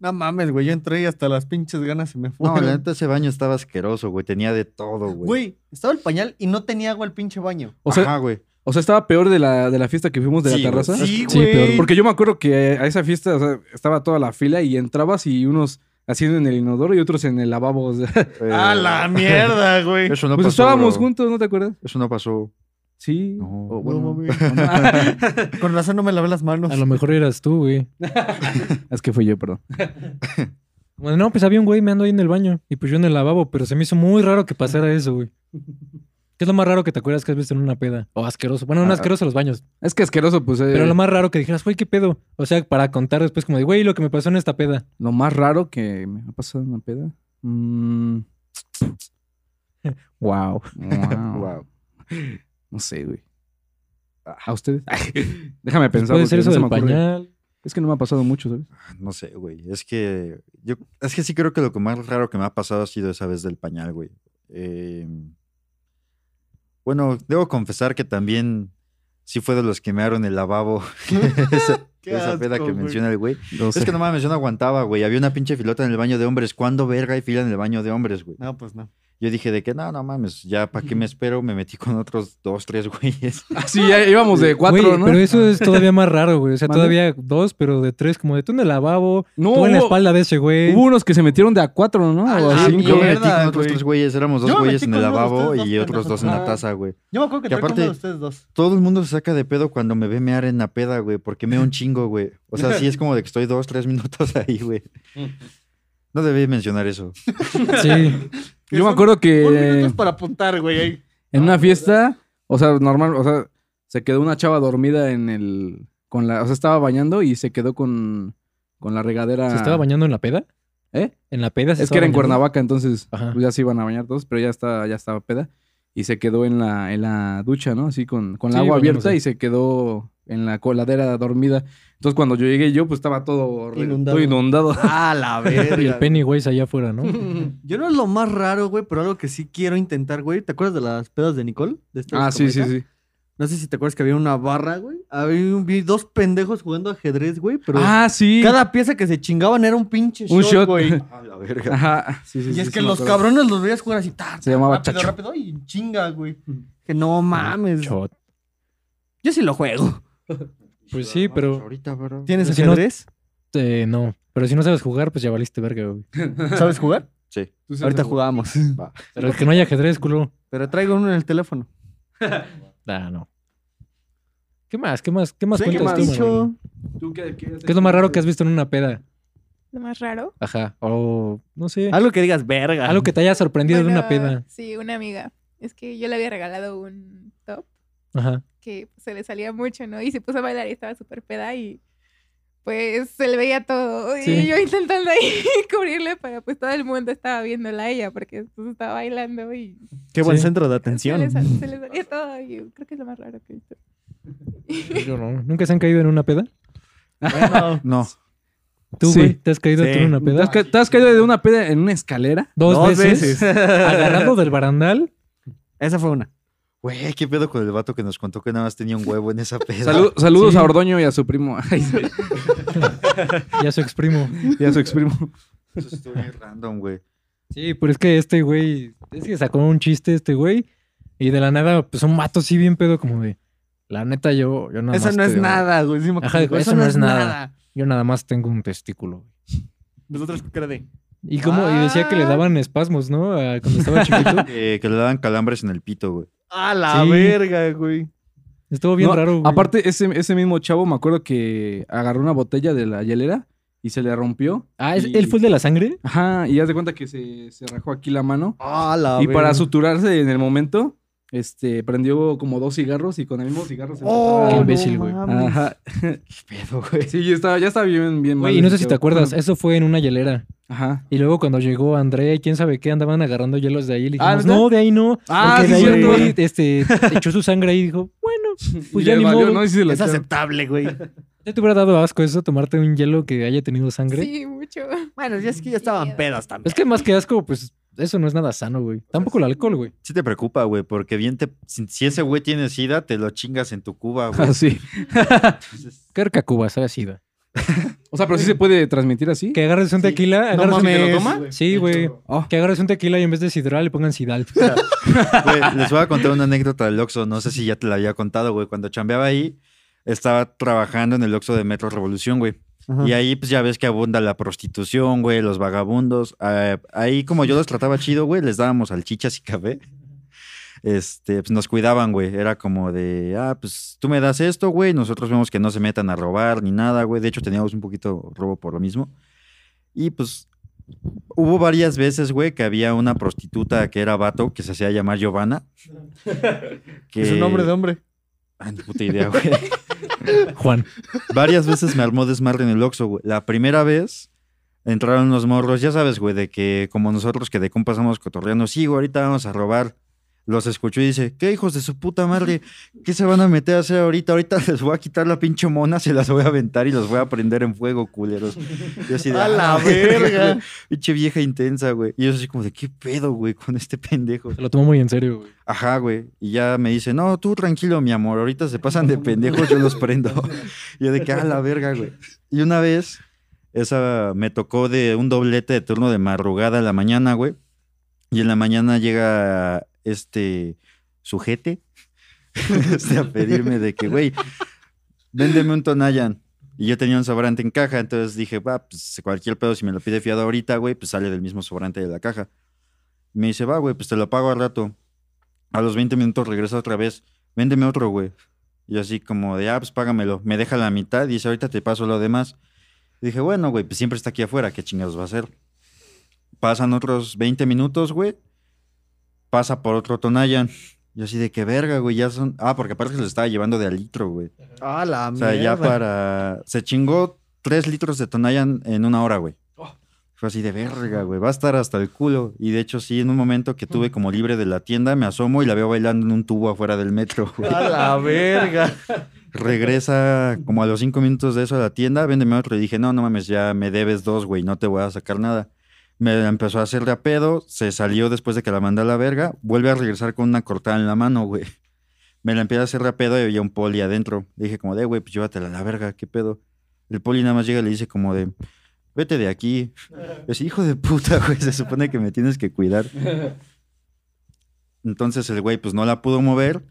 Speaker 2: No mames, güey. Yo entré y hasta las pinches ganas se me
Speaker 5: No,
Speaker 2: fueron.
Speaker 5: la neta, ese baño estaba asqueroso, güey. Tenía de todo, güey.
Speaker 2: Güey, estaba el pañal y no tenía agua el pinche baño.
Speaker 3: O sea,
Speaker 5: Ajá, güey.
Speaker 3: o sea estaba peor de la, de la fiesta que fuimos de
Speaker 5: Sí,
Speaker 3: la
Speaker 5: güey,
Speaker 3: terraza.
Speaker 2: Sí,
Speaker 1: Sí,
Speaker 2: güey.
Speaker 1: peor,
Speaker 3: Porque yo me acuerdo que a esa fiesta o sea, estaba toda la fila y entrabas y unos haciendo en el inodoro y otros en el lavabo. o sea.
Speaker 5: Eh,
Speaker 2: A la mierda, güey.
Speaker 5: Eso no
Speaker 3: pues
Speaker 5: pasó.
Speaker 3: estábamos
Speaker 5: bro.
Speaker 3: juntos, Oh, ¿no te acuerdas?
Speaker 5: Eso no pasó.
Speaker 3: Sí.
Speaker 5: No.
Speaker 3: O
Speaker 5: No,
Speaker 3: bueno,
Speaker 2: mames.
Speaker 3: o no.
Speaker 2: Con razón no me lavé las manos.
Speaker 1: A lo mejor eras tú, güey.
Speaker 3: es que fui yo, perdón.
Speaker 1: Bueno, no, pues había un güey me ando ahí en el baño y pues yo en el lavabo, pero se me hizo muy raro que pasara eso, güey. ¿Qué es lo más raro que te acuerdas que has visto en una peda? O asqueroso. Bueno, no
Speaker 5: Ah.
Speaker 1: asqueroso los baños,
Speaker 3: Es que asqueroso, pues. eh,
Speaker 1: pero lo
Speaker 3: lo, más...
Speaker 1: más raro que dijeras, güey, qué pedo. O sea, para contar después como de, güey, lo que me pasó en esta peda.
Speaker 3: raro que me ha pasado en una peda. Mm,
Speaker 1: Wow.
Speaker 3: wow.
Speaker 5: Wow.
Speaker 3: No sé, güey. ¿A ustedes? Déjame pensar.
Speaker 1: Ah. Pues Puede ser eso
Speaker 3: porque no se
Speaker 1: del
Speaker 3: me ocurre.
Speaker 1: pañal.
Speaker 3: Es que no me ha pasado mucho, ¿sabes?
Speaker 5: No sé, güey. Es que yo, es que sí creo que lo que más raro que me ha pasado ha sido esa vez del pañal, güey. Eh, bueno, debo confesar que también sí fue de los que mearon el lavabo. esa,
Speaker 2: Qué
Speaker 5: esa peda
Speaker 2: asco,
Speaker 5: que
Speaker 2: güey.
Speaker 5: menciona el güey.
Speaker 3: No
Speaker 5: Es que no mames, yo no aguantaba, güey. Había una pinche filota en el baño de hombres. ¿Cuándo verga hay fila en el baño de hombres, güey?
Speaker 2: No, pues no.
Speaker 5: Yo dije de que no, no mames, ya para qué me espero, me metí con otros dos, tres güeyes.
Speaker 3: Ah, sí, ya íbamos de cuatro,
Speaker 1: Güey,
Speaker 3: ¿no? Ah.
Speaker 1: pero eso es todavía más raro, güey. O sea,
Speaker 3: ¿Mande?
Speaker 1: todavía dos, pero de tres, como de tú en el lavabo,
Speaker 3: No,
Speaker 1: tú en la
Speaker 3: hubo-
Speaker 1: espalda de ese güey.
Speaker 3: Hubo unos que se metieron de a cuatro, ¿no?
Speaker 2: A
Speaker 3: O
Speaker 2: la
Speaker 3: así.
Speaker 5: Sí, yo me metí
Speaker 2: Ah, mierda,
Speaker 5: con otros
Speaker 2: güey.
Speaker 5: tres güeyes, éramos dos
Speaker 2: Yo me
Speaker 5: güeyes
Speaker 2: metí
Speaker 5: en el
Speaker 2: con uno de
Speaker 5: lavabo
Speaker 2: ustedes,
Speaker 5: y
Speaker 2: dos
Speaker 5: otros dos en
Speaker 2: pendejos.
Speaker 5: la taza, güey.
Speaker 2: Yo me acuerdo que
Speaker 5: Que
Speaker 2: entré con uno de
Speaker 5: aparte-
Speaker 2: ustedes dos.
Speaker 5: Todo el mundo se saca de pedo cuando me ve mear en la peda, güey, porque meo un chingo, güey. O sea, sí es como de que estoy dos, tres minutos ahí, güey. No debí mencionar eso.
Speaker 1: Sí.
Speaker 3: Yo me acuerdo que.
Speaker 2: Un minuto es para apuntar, güey. ahí.
Speaker 3: En una fiesta, o sea, normal, o sea, se quedó una chava dormida en el. Con la, o sea, estaba bañando y se quedó con, con la regadera.
Speaker 1: ¿Se estaba bañando en la peda?
Speaker 3: ¿Eh?
Speaker 1: ¿En la peda? se
Speaker 3: Es
Speaker 1: estaba
Speaker 3: que era en
Speaker 1: bañando?
Speaker 3: Cuernavaca, entonces
Speaker 1: Ajá.
Speaker 3: pues, ya se iban a bañar todos, pero ya estaba, ya estaba peda. Y se quedó en la, en la ducha, ¿no? Así con, con la
Speaker 1: Sí,
Speaker 3: agua abierta
Speaker 1: bañándose.
Speaker 3: y se quedó en la coladera dormida. Entonces cuando yo llegué yo, pues estaba todo re-
Speaker 2: Inundado.
Speaker 3: todo inundado.
Speaker 2: Ah, la
Speaker 1: Y el
Speaker 2: verga.
Speaker 1: Pennywise allá afuera, ¿no?
Speaker 2: Yo no es lo más raro, güey, pero algo que sí quiero intentar, güey. ¿Te acuerdas de las pedas de Nicole? De esta
Speaker 3: ah, sí, sí,
Speaker 2: discoteca?
Speaker 3: sí.
Speaker 2: No sé si te acuerdas que había una barra, güey. Había un- vi dos pendejos jugando ajedrez, güey, pero
Speaker 3: Ah, sí.
Speaker 2: cada pieza que se chingaban era un pinche
Speaker 3: Un shot.
Speaker 2: güey.
Speaker 5: A la verga.
Speaker 3: Ajá. Sí, sí,
Speaker 2: Y
Speaker 3: sí,
Speaker 2: es
Speaker 3: sí
Speaker 2: que
Speaker 3: me
Speaker 2: los
Speaker 3: acuerdo.
Speaker 2: cabrones Ah, los veías jugar así, tan,
Speaker 3: Se llamaba
Speaker 2: rápido,
Speaker 3: Chacho.
Speaker 2: rápido y en chinga, güey. Que no mames.
Speaker 1: Chot.
Speaker 2: Yo Yo sí lo juego.
Speaker 1: Pues sí, pero
Speaker 5: Ahorita, bro.
Speaker 2: ¿Tienes
Speaker 1: Si no-
Speaker 2: ajedrez?
Speaker 1: eh, no. Pero si no sabes jugar, pues ya valiste verga, güey.
Speaker 2: ¿Sabes jugar?
Speaker 5: Sí.
Speaker 3: Tú sí
Speaker 2: Ahorita
Speaker 3: sabes jugar.
Speaker 2: jugamos.
Speaker 1: Pero es que no hay ajedrez, culo.
Speaker 2: Pero traigo uno en el teléfono.
Speaker 1: Ah, no. ¿Qué más? ¿Qué más? ¿Qué más
Speaker 2: Sí, ¿qué
Speaker 1: cuentas
Speaker 2: más?
Speaker 1: tú,
Speaker 2: Dicho,
Speaker 1: Manuel?
Speaker 3: ¿Tú qué, qué, haces?
Speaker 1: ¿Qué es lo más raro que has visto en una peda?
Speaker 4: Lo más raro.
Speaker 1: Ajá. O no sé.
Speaker 2: Algo que digas, verga.
Speaker 1: Algo que te haya sorprendido de una
Speaker 4: Bueno,
Speaker 1: peda.
Speaker 4: Sí, una amiga. Es que yo le había regalado un top
Speaker 1: Ajá.
Speaker 4: que se le salía mucho, ¿no? Y se puso a bailar y estaba súper peda y pues se le veía todo.
Speaker 1: Sí.
Speaker 4: Y yo intentando ahí cubrirle, pero pues todo el mundo estaba viéndola a ella porque pues, estaba bailando y
Speaker 2: Qué buen
Speaker 1: Sí.
Speaker 2: centro de
Speaker 4: se
Speaker 2: atención.
Speaker 4: le, sal- se le salía todo. Y yo creo que es lo más raro que he visto.
Speaker 1: Yo no. ¿Nunca se han caído en una peda?
Speaker 2: Bueno,
Speaker 5: No.
Speaker 1: ¿Tú,
Speaker 3: Sí.
Speaker 1: güey? ¿Te has caído
Speaker 2: Sí.
Speaker 1: tú en una
Speaker 3: ¿Te
Speaker 1: peda?
Speaker 3: has, ca- te has caído de una peda en una escalera?
Speaker 1: Dos,
Speaker 2: dos
Speaker 1: veces.
Speaker 2: veces.
Speaker 1: Agarrado del barandal.
Speaker 2: Esa fue una.
Speaker 5: Güey, qué pedo con el vato que nos contó que nada más tenía un huevo en esa peda.
Speaker 3: Salu- saludos
Speaker 1: Sí.
Speaker 3: a Ordoño y a su primo. Ay, sí,
Speaker 1: Y a su exprimo.
Speaker 3: y a su exprimo.
Speaker 5: Eso estuvo bien random, güey.
Speaker 1: Sí, pero es que este güey, es que sacó un chiste este güey y de la nada, pues un mato sí bien pedo como de, la neta yo, yo nada
Speaker 2: Esa
Speaker 1: más
Speaker 2: no es
Speaker 1: te-
Speaker 2: nada, güey. Sí me
Speaker 1: Ajá,
Speaker 2: acuerdo.
Speaker 1: dijo, eso no es nada. Yo nada más tengo un testículo.
Speaker 2: Nosotros creo de.
Speaker 1: Y como, y decía que le
Speaker 2: Ah.
Speaker 1: daban espasmos, ¿no? A- cuando estaba chiquito.
Speaker 5: Eh, que le daban calambres en el pito, güey.
Speaker 2: A la
Speaker 1: Sí.
Speaker 2: verga, güey.
Speaker 1: Estuvo bien
Speaker 3: No,
Speaker 1: raro. güey.
Speaker 3: Aparte, ese, ese mismo chavo me acuerdo que agarró una botella de la hielera y se le rompió.
Speaker 1: Ah, ¿es-
Speaker 3: y-
Speaker 1: ¿él fue el de la sangre?
Speaker 3: Ajá, y haz de cuenta que se, se rajó aquí la mano.
Speaker 2: A la
Speaker 3: y para
Speaker 2: verga.
Speaker 3: suturarse en el momento, este, prendió como dos cigarros y con el mismo cigarro se
Speaker 2: Oh,
Speaker 1: Qué
Speaker 3: empezó a-
Speaker 1: imbécil,
Speaker 2: no
Speaker 1: güey.
Speaker 2: mames.
Speaker 3: Ajá. Sí, ya estaba, ya estaba bien, bien mal
Speaker 1: Güey, y no sé si te
Speaker 3: ese chavo.
Speaker 1: acuerdas, eso fue en una hielera.
Speaker 3: Ajá.
Speaker 1: Y luego cuando llegó Andrea y quién sabe qué, andaban agarrando hielos de ahí. Le
Speaker 3: Ah,
Speaker 1: dijimos,
Speaker 3: ¿neta?
Speaker 1: no, de ahí no.
Speaker 3: Ah,
Speaker 1: porque
Speaker 3: sí,
Speaker 1: de ahí no,
Speaker 2: cierto.
Speaker 1: y, este, echó su sangre ahí y dijo, bueno, pues
Speaker 3: Y
Speaker 1: ya
Speaker 3: le
Speaker 1: ni
Speaker 3: valió,
Speaker 1: modo.
Speaker 3: ¿no? Y sí se lo
Speaker 2: Es
Speaker 3: echaron.
Speaker 2: aceptable, güey.
Speaker 1: ¿Ya te hubiera dado asco eso, tomarte un hielo que haya tenido sangre?
Speaker 4: Sí, mucho.
Speaker 2: Bueno, ya es que ya
Speaker 4: Qué
Speaker 2: estaban
Speaker 4: miedo.
Speaker 2: pedas también.
Speaker 1: Es que más que asco, pues eso no es nada sano, güey. Tampoco el alcohol, güey.
Speaker 5: Sí te preocupa, güey, porque bien te... Si, si ese güey tiene sida, te lo chingas en tu cuba, güey.
Speaker 3: Ah, sí.
Speaker 5: Entonces,
Speaker 1: Qué rica Cuba, sabe a sida.
Speaker 3: O sea, pero sí se puede transmitir así.
Speaker 1: Que agarres un tequila,
Speaker 2: No
Speaker 1: agarres un-
Speaker 2: mames.
Speaker 1: Sí, güey.
Speaker 3: Oh.
Speaker 1: Que agarres un tequila y en vez de sidral le pongan sidal.
Speaker 5: Güey, les voy a contar una anécdota del Oxxo. No sé si ya te la había contado, güey. Cuando chambeaba ahí, estaba trabajando en el Oxxo de Metro Revolución, güey.
Speaker 2: Ajá.
Speaker 5: Y ahí, pues ya ves que abunda la prostitución, güey, los vagabundos. Ah, ahí, como yo los trataba chido, güey, les dábamos salchichas y café. Este, pues nos cuidaban, güey. Era como de, ah, pues tú me das esto, güey. Nosotros vemos que no se metan a robar ni nada, güey. De hecho, teníamos un poquito robo por lo mismo. Y pues hubo varias veces, güey, que había una prostituta que era vato, que se hacía llamar Giovanna. que...
Speaker 2: Es un nombre de hombre.
Speaker 5: Ay, ni puta idea, güey.
Speaker 1: Juan.
Speaker 5: Varias veces me armó desmadre en el Oxxo, güey. La primera vez entraron unos morros, ya sabes, güey, de que como nosotros que de compas pasamos cotorreando, sí, güey, ahorita vamos a robar. Los escuchó y dice, ¿qué hijos de su puta madre? ¿Qué se van a meter a hacer ahorita? Ahorita les voy a quitar la pinche mona, se las voy a aventar y los voy a prender en fuego, culeros. Yo así de,
Speaker 2: A la
Speaker 5: "Ah,
Speaker 2: verga".
Speaker 5: güey. Pinche vieja intensa, güey. Y yo así como de, ¿qué pedo, güey, con este pendejo?
Speaker 1: Se lo tomó muy en serio, güey.
Speaker 5: Ajá, güey. Y ya me dice, no, tú tranquilo, mi amor. Ahorita se pasan de pendejos, yo los prendo. Y yo de que, a la verga, güey. Y una vez, esa me tocó de un doblete de turno de madrugada a la mañana, güey. Y en la mañana llega este sujete este, a pedirme de que, güey, véndeme un Tonayan. Y yo tenía un sobrante en caja, entonces dije, va, pues cualquier pedo, si me lo pide fiado ahorita, güey, pues sale del mismo sobrante de la caja. Me dice, va, güey, pues te lo pago al rato. A los 20 minutos regresa otra vez. Véndeme otro, güey. Y así como de, ah, pues págamelo. Me deja la mitad y dice, ahorita te paso lo demás. Y dije, bueno, güey, pues siempre está aquí afuera. ¿Qué chingados va a hacer? Pasan otros 20 minutos, güey. Pasa por otro Tonayan. Yo así de qué verga, güey, ya son... Ah, porque aparte se lo estaba llevando de al litro, güey.
Speaker 2: A la
Speaker 5: O sea, ya para... Se chingó 3 litros de Tonayan en una hora, güey. Fue así de verga, güey. Va a estar hasta el culo. Y de hecho, sí, en un momento que tuve como libre de la tienda, me asomo y la veo bailando en un tubo afuera del metro, güey.
Speaker 2: A la verga.
Speaker 5: Regresa como a los cinco minutos de eso a la tienda, véndeme otro. Y dije, no, no mames, ya me debes dos, güey, no te voy a sacar nada. Me la empezó a hacer de a pedo, se salió después de que la mandé a la verga, vuelve a regresar con una cortada en la mano, güey. Me la empieza a hacer de a pedo y había un poli adentro. Le dije como de, güey, pues llévatela a la verga, qué pedo. El poli nada más llega y le dice como de, vete de aquí. Yo así, hijo de puta, güey, se supone que me tienes que cuidar. Entonces el güey pues no la pudo mover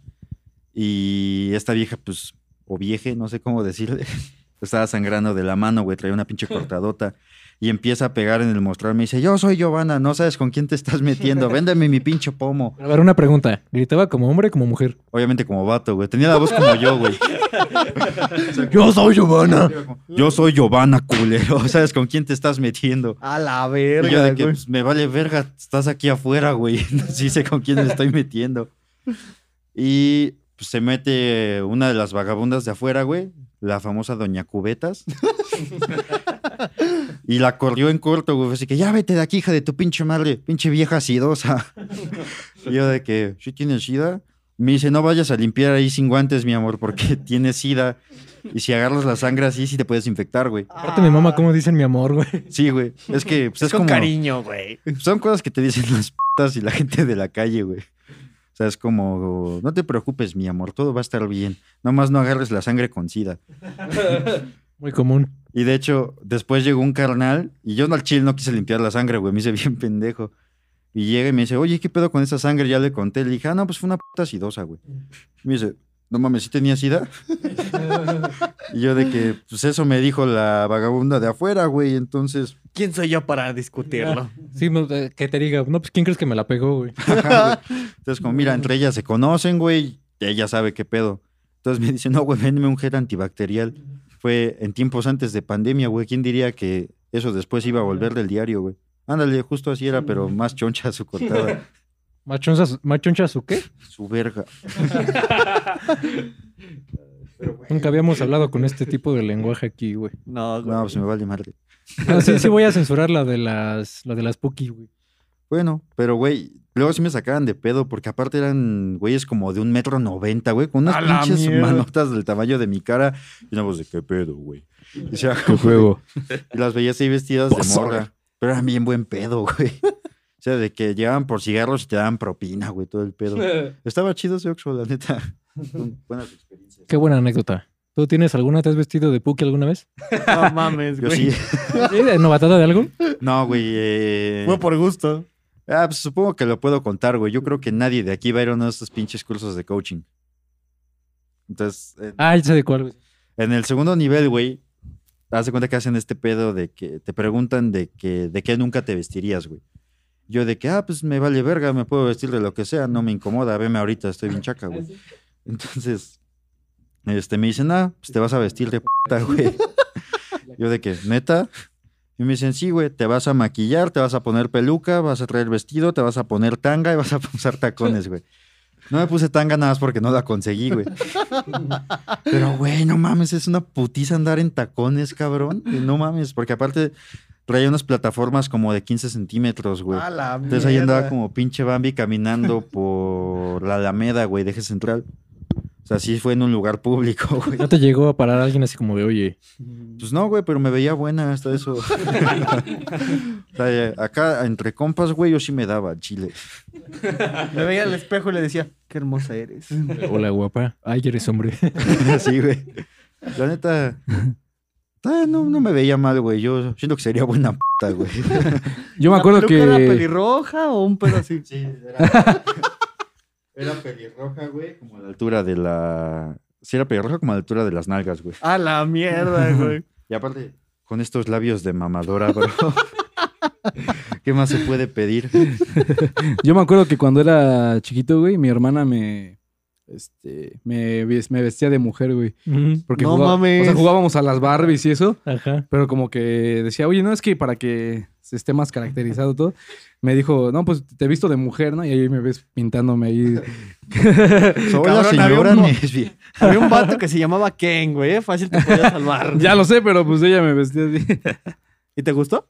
Speaker 5: Y esta vieja, pues, o vieje, no sé cómo decirle, estaba sangrando de la mano, güey, traía una pinche cortadota. Y empieza a pegar en el mostrador. Me dice, yo soy Giovanna, no sabes con quién te estás metiendo, véndeme mi pinche pomo.
Speaker 1: A ver, una pregunta. ¿Gritaba como hombre o como mujer?
Speaker 5: Obviamente como vato, güey. Tenía la voz como yo, güey.
Speaker 1: Yo soy Giovanna.
Speaker 5: Yo soy Giovanna, culero. ¿Sabes con quién te estás metiendo?
Speaker 2: A la
Speaker 5: Y yo
Speaker 2: verga,
Speaker 5: de que,
Speaker 2: güey.
Speaker 5: pues, me vale verga, estás aquí afuera, güey. Sí sé con quién me estoy metiendo. Y pues, se mete una de las vagabundas de afuera, güey. La famosa Doña Cubetas. y la corrió en corto, güey. Así que ya vete de aquí, hija de tu pinche madre. Pinche vieja sidosa. y yo de que, ¿sí tienes sida? Me dice, no vayas a limpiar ahí sin guantes, mi amor, porque tienes sida. Y si agarras la sangre así, sí te puedes infectar, güey.
Speaker 1: Aparte, mi mamá, ¿cómo dicen mi amor, güey?
Speaker 5: Sí, güey. Es que pues, es,
Speaker 2: con
Speaker 5: como...
Speaker 2: cariño, güey.
Speaker 5: Son cosas que te dicen las putas y la gente de la calle, güey. O sea, es como, no te preocupes, mi amor, todo va a estar bien. Nomás no agarres la sangre con sida.
Speaker 1: Muy común.
Speaker 5: Y de hecho, después llegó un carnal y yo no al chile no quise limpiar la sangre, güey. Me hice bien pendejo. Y llega y me dice, oye, ¿qué pedo con esa sangre? Ya le conté. Le dije, ah, no, pues fue una puta sidosa, güey. Me dice, no mames, ¿sí tenía sida? y yo de que, pues eso me dijo la vagabunda de afuera, güey. Entonces,
Speaker 2: ¿Quién soy yo para discutirlo?
Speaker 1: Sí, no, eh, que te diga, no, pues ¿quién crees que me la pegó, güey?
Speaker 5: Ajá, güey. Entonces, como, mira, entre ellas se conocen, güey. Ella sabe qué pedo. Entonces me dice, no, güey, venme un gel antibacterial. Fue en tiempos antes de pandemia, güey. ¿Quién diría que eso después iba a volver del diario, güey? Ándale, justo así era, pero más choncha su cortada.
Speaker 1: ¿Machoncha, su- machoncha su qué?
Speaker 5: Su verga.
Speaker 1: Nunca habíamos hablado con este tipo de lenguaje aquí, güey.
Speaker 2: No, güey.
Speaker 5: No, pues me vale madre.
Speaker 1: No, sí, sí voy a censurar la de las, la de las Puki, güey.
Speaker 5: Bueno, pero, güey, luego sí me sacaban de pedo porque aparte eran güeyes como de un metro noventa, güey, con unas
Speaker 2: ¡A la
Speaker 5: pinches
Speaker 2: mierda!
Speaker 5: manotas del tamaño de mi cara. Y una voz de, ¿qué pedo, güey? Y decía,
Speaker 3: juego.
Speaker 5: Y las veías ahí vestidas de
Speaker 3: Pozole.
Speaker 5: morra. Pero eran bien buen pedo, güey. O sea, de que llegaban por cigarros y te daban propina, güey, todo el pedo. Estaba chido ese Oxxo, la neta. Son Buenas experiencias.
Speaker 1: Qué buena anécdota. ¿Tú tienes alguna? ¿Te has vestido de Puki alguna vez?
Speaker 2: No mames,
Speaker 5: Yo
Speaker 2: güey.
Speaker 5: sí.
Speaker 1: ¿Sí? ¿De novatada de algo?
Speaker 5: No, güey. eh,
Speaker 2: Fue por gusto.
Speaker 5: Ah, pues supongo que lo puedo contar, güey. Yo creo que nadie de aquí va a ir a uno de estos pinches cursos de coaching. Entonces, eh,
Speaker 1: Ah, ya sé de cuál, güey.
Speaker 5: En el segundo nivel, güey, haz de cuenta que hacen este pedo de que te preguntan de que de qué nunca te vestirías, güey. Yo de que, ah, pues me vale verga, me puedo vestir de lo que sea, no me incomoda, veme ahorita, estoy bien chaca, güey. Entonces, este, me dicen, ah, pues te vas a vestir de puta, güey. Yo de que, ¿neta? Y me dicen, sí, güey, te vas a maquillar, te vas a poner peluca, vas a traer vestido, te vas a poner tanga y vas a usar tacones, güey. No me puse tanga nada más porque no la conseguí, güey. Pero, güey, no mames, es una putiza andar en tacones, cabrón. No mames, porque aparte traía unas plataformas como de 15 centímetros, güey.
Speaker 2: A la
Speaker 5: Entonces ahí andaba
Speaker 2: mierda.
Speaker 5: como pinche Bambi caminando por la Alameda, güey, de eje central. O sea, sí fue en un lugar público, güey.
Speaker 1: ¿No te llegó a parar alguien así como de, oye,
Speaker 5: Pues no, güey, pero me veía buena hasta eso. O sea, eh, acá, entre compas, güey, yo sí me daba al chile.
Speaker 2: Me veía al espejo y le decía, qué hermosa eres.
Speaker 1: hola guapa, ay, eres hombre?
Speaker 5: Así, güey. La neta. eh, No, no me veía mal, güey. Yo siento que sería buena puta, güey.
Speaker 3: Yo me
Speaker 2: ¿La
Speaker 3: acuerdo
Speaker 2: peluca ¿Era
Speaker 3: que.
Speaker 2: pelirroja o un pedo así?
Speaker 5: Sí, era. era pelirroja, güey, como a la altura de la. Sí, era pelirroja como a la altura de las nalgas, güey.
Speaker 2: A la mierda, güey.
Speaker 5: Y aparte, con estos labios de mamadora, bro. ¿Qué más se puede pedir?
Speaker 3: Yo me acuerdo que cuando era chiquito, güey, mi hermana me. Este. Me, ves- me vestía de mujer, güey.
Speaker 1: Ujú,
Speaker 3: Porque
Speaker 2: No
Speaker 3: jugaba-
Speaker 2: mames.
Speaker 3: O sea, jugábamos a las Barbies y eso.
Speaker 1: Ajá.
Speaker 3: Pero como que decía, oye, no es que para que se esté más caracterizado todo, me dijo, no, pues te he visto de mujer, ¿no? Y ahí me ves pintándome ahí.
Speaker 5: Soy la
Speaker 2: Cabrón, había
Speaker 5: señora
Speaker 2: uno.
Speaker 5: lesbi-
Speaker 2: Había un vato que se llamaba Ken, güey. ¿eh? Fácil te podía salvar.
Speaker 3: ya lo sé, pero pues ella me vestía así.
Speaker 2: ¿Y te gustó?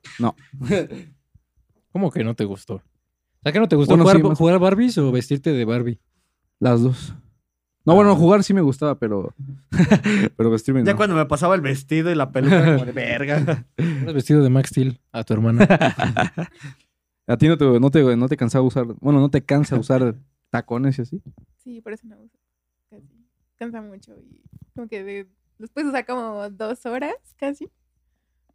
Speaker 1: ¿Cómo que no te gustó? ¿O sea, que no te gustó
Speaker 3: Bueno,
Speaker 1: jugar,
Speaker 3: sí, más-
Speaker 1: jugar a Barbies o vestirte de Barbie?
Speaker 3: Las dos. No, bueno, jugar sí me gustaba, pero. pero vestirme.
Speaker 2: Ya
Speaker 3: no.
Speaker 2: cuando me pasaba el vestido y la peluca, como de verga.
Speaker 1: Hubieras vestido de Max Steel a tu hermana.
Speaker 3: A ti no te, no te, no te cansaba usar. Bueno, no te cansa usar tacones y así.
Speaker 4: Sí, por eso no uso. Casi. Cansa mucho y como que de- los puedes usar como dos horas casi.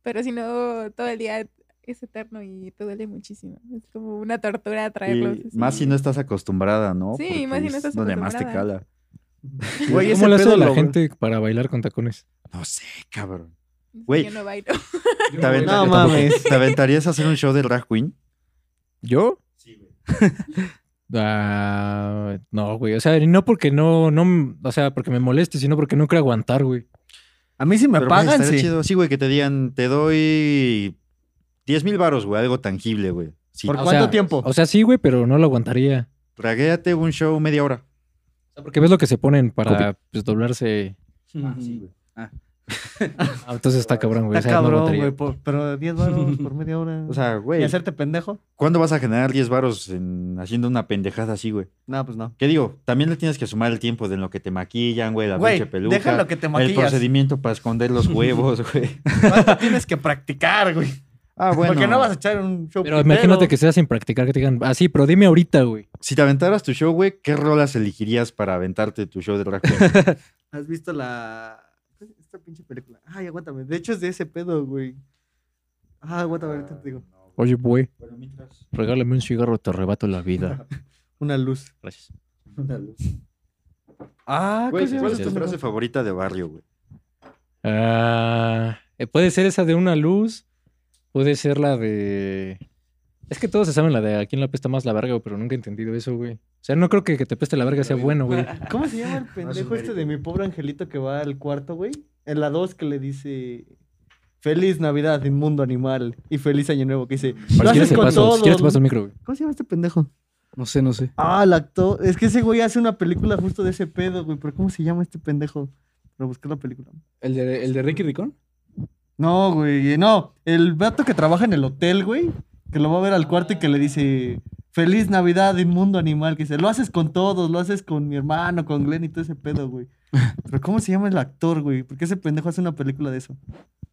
Speaker 4: Pero si no, todo el día es eterno y te duele muchísimo. Es como una tortura traerlos.
Speaker 5: Y
Speaker 4: así.
Speaker 5: más si no estás acostumbrada, ¿no?
Speaker 4: Sí, más si no
Speaker 5: es
Speaker 4: estás
Speaker 5: Donde más te
Speaker 4: acostumbrada.
Speaker 5: cala.
Speaker 2: Güey, ese
Speaker 1: ¿Cómo le hace
Speaker 2: pedo
Speaker 1: la
Speaker 2: lo-
Speaker 1: gente para bailar con tacones?
Speaker 5: No sé, cabrón. Güey.
Speaker 4: Güey. Yo no bailo.
Speaker 5: ¿Te, aventa-
Speaker 2: No
Speaker 5: te-
Speaker 2: mames.
Speaker 5: ¿Te aventarías a hacer un show de drag queen?
Speaker 1: ¿Yo?
Speaker 5: Sí, güey.
Speaker 1: Ah, no, güey. O sea, y no porque no, no, o sea, porque me moleste, sino porque no quiero aguantar, güey.
Speaker 2: A mí sí me
Speaker 5: Pero, güey,
Speaker 2: pagan,
Speaker 5: estaría
Speaker 2: sí.
Speaker 5: chido. Sí, güey, que te digan, te doy 10 mil baros, güey, algo tangible, güey. Sí,
Speaker 2: ¿Por
Speaker 1: O
Speaker 2: cuánto
Speaker 1: sea,
Speaker 2: tiempo?
Speaker 1: O sea, sí, güey, pero no lo aguantaría.
Speaker 5: traguéate un show media hora.
Speaker 1: O sea, porque ves lo que se ponen para pues, doblarse.
Speaker 3: Ah,
Speaker 1: Ah, entonces está cabrón, güey.
Speaker 2: Está
Speaker 1: o sea, no
Speaker 2: cabrón,
Speaker 1: aguantaría.
Speaker 2: güey. por- Pero 10 baros por media hora.
Speaker 5: O sea,
Speaker 2: ¿Y
Speaker 5: güey,
Speaker 2: hacerte pendejo?
Speaker 5: ¿cuándo vas a generar 10 varos en- haciendo una pendejada así, güey?
Speaker 2: No, pues no.
Speaker 5: ¿Qué digo? También le tienes que sumar el tiempo de en lo que te maquillan, güey, la
Speaker 2: Güey,
Speaker 5: pinche peluca.
Speaker 2: deja lo que te
Speaker 5: el
Speaker 2: maquillas.
Speaker 5: procedimiento para esconder los huevos, güey.
Speaker 2: ¿Cuánto tienes que practicar, güey?
Speaker 5: Ah, bueno.
Speaker 2: Porque no vas a echar un show
Speaker 1: Pero
Speaker 2: pitero.
Speaker 1: imagínate que sea sin practicar, que te digan, así, pero dime ahorita, güey.
Speaker 5: Si te aventaras tu show, güey, ¿qué rolas elegirías para aventarte tu show de drag queen?
Speaker 2: ¿Has visto la... Esta pinche película. Ay, aguántame. De hecho, es de ese pedo, güey. Ah, aguántame, ahorita te digo.
Speaker 1: Oye, güey,
Speaker 5: Bueno, mientras-
Speaker 1: regálame un cigarro, te arrebato la vida.
Speaker 2: Una luz.
Speaker 1: Gracias.
Speaker 2: Una luz. Ah,
Speaker 5: Güey,
Speaker 2: ¿cómo se llama
Speaker 5: ¿cuál es
Speaker 2: esa
Speaker 5: tu
Speaker 1: Gracias.
Speaker 5: frase
Speaker 2: pendeja?
Speaker 5: favorita de barrio, güey?
Speaker 1: Ah, eh, puede ser esa de una luz, puede ser la de... Es que todos se saben la de a quién la pesta más la verga, güey, pero nunca he entendido eso, güey. O sea, no creo que que te peste la verga sea bueno, güey.
Speaker 2: ¿Cómo se llama el pendejo este de mi pobre angelito que va al cuarto, güey? En la 2 que le dice... Feliz Navidad, inmundo animal. Y feliz año nuevo, que dice...
Speaker 1: Si
Speaker 2: Lo
Speaker 1: quieres,
Speaker 2: haces
Speaker 1: te
Speaker 2: con
Speaker 1: paso, si
Speaker 2: todo.
Speaker 1: quieres te paso el micro, güey.
Speaker 2: ¿Cómo se llama este pendejo?
Speaker 3: No sé, no sé.
Speaker 2: Ah, el actor. Es que ese güey hace una película justo de ese pedo, güey. Pero ¿cómo se llama este pendejo? Pero busqué la película.
Speaker 3: ¿El de, el de Ricky Ricón?
Speaker 2: No, güey, eh, no. El vato que trabaja en el hotel, güey, que lo va a ver al cuarto y que le dice, feliz Navidad, inmundo animal, que dice, lo haces con todos, lo haces con mi hermano, con Glenn y todo ese pedo, güey. Pero ¿cómo se llama el actor, güey? ¿Por qué ese pendejo hace una película de eso?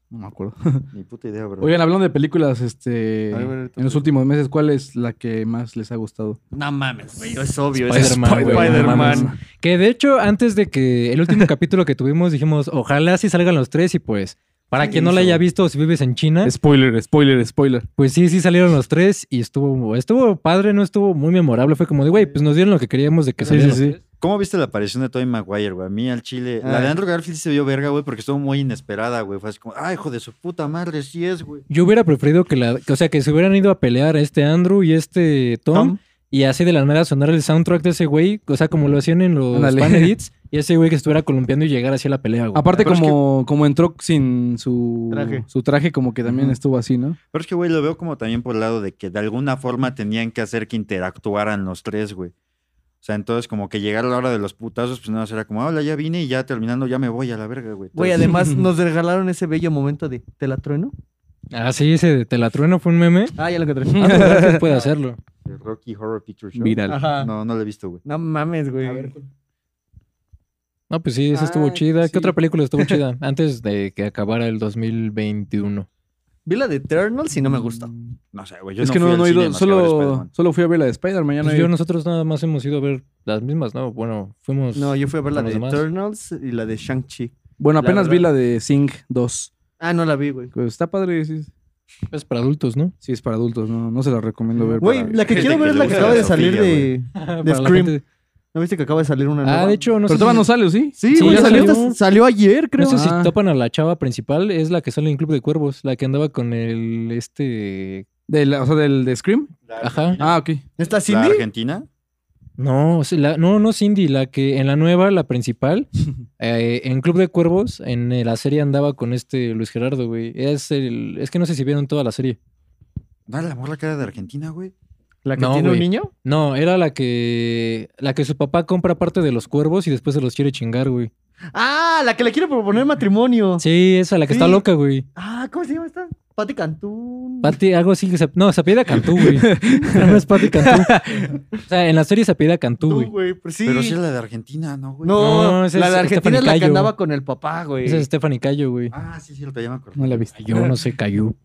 Speaker 3: No me acuerdo.
Speaker 5: Ni puta idea, bro.
Speaker 3: Oigan, hablando de películas, este.
Speaker 2: A ver, ahorita
Speaker 3: en los
Speaker 2: te-
Speaker 3: últimos meses, ¿cuál es la que más les ha gustado?
Speaker 2: No mames, güey, es obvio. es
Speaker 1: Spider-Man, güey. no
Speaker 2: Spider-Man.
Speaker 1: mames. Que de hecho, antes de que el último capítulo que tuvimos, dijimos, ojalá sí salgan los tres y pues, para
Speaker 2: Sí,
Speaker 1: quien no la haya
Speaker 2: hizo.
Speaker 1: visto o si vives en China,
Speaker 3: Spoiler, spoiler, spoiler.
Speaker 1: pues sí, sí salieron los tres y estuvo, estuvo padre, no estuvo muy memorable. Fue como de, güey, pues nos dieron lo que queríamos de que
Speaker 3: Sí, sí,
Speaker 1: salieran los
Speaker 3: sí.
Speaker 1: tres".
Speaker 5: ¿Cómo viste la aparición de Tobey Maguire, güey? A mí al chile. La
Speaker 2: Ay.
Speaker 5: de Andrew Garfield sí se vio verga, güey, porque estuvo muy inesperada, güey. Fue así como, ay, hijo de su puta madre, sí es, güey.
Speaker 1: Yo hubiera preferido que la, que, o sea, que se hubieran ido a pelear este Andrew y este Tom,
Speaker 2: Tom.
Speaker 1: y así de la nada sonar el soundtrack de ese güey, o sea, como lo hacían en los
Speaker 3: Ándale.
Speaker 1: fan edits, y ese güey que estuviera columpiando y llegara hacia la pelea, güey.
Speaker 3: Aparte,
Speaker 5: Pero es
Speaker 3: como, como entró sin su
Speaker 2: Traje.
Speaker 3: su traje, como que también
Speaker 1: Ujú.
Speaker 3: estuvo así, ¿no?
Speaker 5: Pero es que, güey, lo veo como también por el lado de que de alguna forma tenían que hacer que interactuaran los tres, güey. O sea, entonces como que llegar la hora de los putazos, pues nada, será como, hola, ya vine y ya terminando, ya me voy a la verga, güey.
Speaker 2: Güey,
Speaker 5: Entonces,
Speaker 2: además nos regalaron ese bello momento de, ¿te la trueno?
Speaker 1: Ah, sí, ese de Telatrueno fue un meme. pues,
Speaker 2: Ah, ya lo encontré.
Speaker 1: Andrew Garfield puede hacerlo.
Speaker 5: de Rocky Horror Picture Show.
Speaker 3: Viral.
Speaker 2: Ajá. No,
Speaker 5: No, no lo he visto, güey.
Speaker 2: mames, güey.
Speaker 1: No, pues sí, esa estuvo
Speaker 3: Ah,
Speaker 1: chida.
Speaker 3: sí.
Speaker 1: ¿Qué otra película estuvo chida? Antes de que acabara el 2021.
Speaker 2: Vi la de Eternals y no me gustó.
Speaker 5: No sé, güey. Yo
Speaker 3: Es
Speaker 5: no
Speaker 3: que
Speaker 5: fui
Speaker 3: no,
Speaker 5: al
Speaker 3: no he
Speaker 5: cine
Speaker 3: ido.
Speaker 5: más que a ver
Speaker 3: Solo,
Speaker 5: Spider-Man.
Speaker 3: solo fui a ver la de Spider-Man. ya no
Speaker 1: Pues
Speaker 3: he
Speaker 1: yo,
Speaker 3: ido.
Speaker 1: nosotros nada más hemos ido a ver las mismas, ¿no? Bueno, fuimos.
Speaker 2: No, yo fui a ver la
Speaker 1: ¿Con
Speaker 2: de
Speaker 1: los demás?
Speaker 2: Eternals y la de Shang-Chi.
Speaker 3: Bueno,
Speaker 2: la
Speaker 3: apenas vi
Speaker 2: verdad-
Speaker 3: la de Sing 2.
Speaker 2: Ah, no la vi, güey.
Speaker 3: Pues está padre, sí.
Speaker 1: Es pues, para adultos, ¿no?
Speaker 3: Sí, es para adultos, no, no se la recomiendo ver.
Speaker 2: Güey,
Speaker 3: para-
Speaker 2: la que
Speaker 5: gente
Speaker 2: quiero
Speaker 5: que
Speaker 2: ver
Speaker 5: le
Speaker 2: es la que
Speaker 5: gusta
Speaker 2: acaba
Speaker 5: la
Speaker 2: de salir
Speaker 5: zoofilia,
Speaker 2: de...
Speaker 1: Para
Speaker 2: De
Speaker 1: la
Speaker 2: Scream.
Speaker 1: gente-
Speaker 2: ¿No viste que acaba de salir una nueva?
Speaker 1: Ah, de hecho, no sé.
Speaker 3: Pero todavía
Speaker 1: si-
Speaker 3: no sale, ¿o sí?
Speaker 2: Sí,
Speaker 1: Sí,
Speaker 2: güey,
Speaker 1: ya
Speaker 2: salió,
Speaker 1: salió.
Speaker 2: esta- salió ayer, creo.
Speaker 1: No sé si
Speaker 3: Ah.
Speaker 1: topan a la chava principal, es la que sale en Club de Cuervos, la que andaba con el este.
Speaker 3: De la- o sea, del de Scream.
Speaker 5: La
Speaker 1: Ajá.
Speaker 5: Argentina.
Speaker 3: Ah, ok.
Speaker 2: ¿Está
Speaker 5: ¿La
Speaker 2: Cindy?
Speaker 5: Argentina?
Speaker 1: No, sí, la- no, no Cindy, la que en la nueva, la principal, eh, en Club de Cuervos, en eh, la serie andaba con este Luis Gerardo, güey. Es el, es que no sé si vieron toda la serie.
Speaker 5: Dale la morra que era de Argentina, güey.
Speaker 2: ¿La que
Speaker 1: No,
Speaker 2: tiene un
Speaker 1: güey.
Speaker 2: niño?
Speaker 1: No, era la que la que su papá compra parte de los cuervos y después se los quiere chingar, güey.
Speaker 2: Ah, la que le quiere proponer matrimonio.
Speaker 1: Sí, esa la que está
Speaker 2: Sí.
Speaker 1: loca, güey.
Speaker 2: Ah, ¿cómo se llama esta? Pati Cantú.
Speaker 1: Pati, algo así que se, no, se apellida Cantú, güey. no es Pati Cantú. O sea, en la serie se apellida Cantú,
Speaker 2: Tú,
Speaker 1: güey.
Speaker 2: güey. Pero sí.
Speaker 5: Pero sí es la de Argentina, ¿no, güey?
Speaker 2: No,
Speaker 1: No, esa
Speaker 2: la
Speaker 1: es
Speaker 2: de Argentina es la que
Speaker 1: Stephanie Cayo.
Speaker 2: andaba con el papá, güey.
Speaker 1: Esa es Stephanie Cayo, güey.
Speaker 5: Ah, sí, sí, lo que llama
Speaker 3: No la he visto.
Speaker 1: Cayó, no sé, cayó.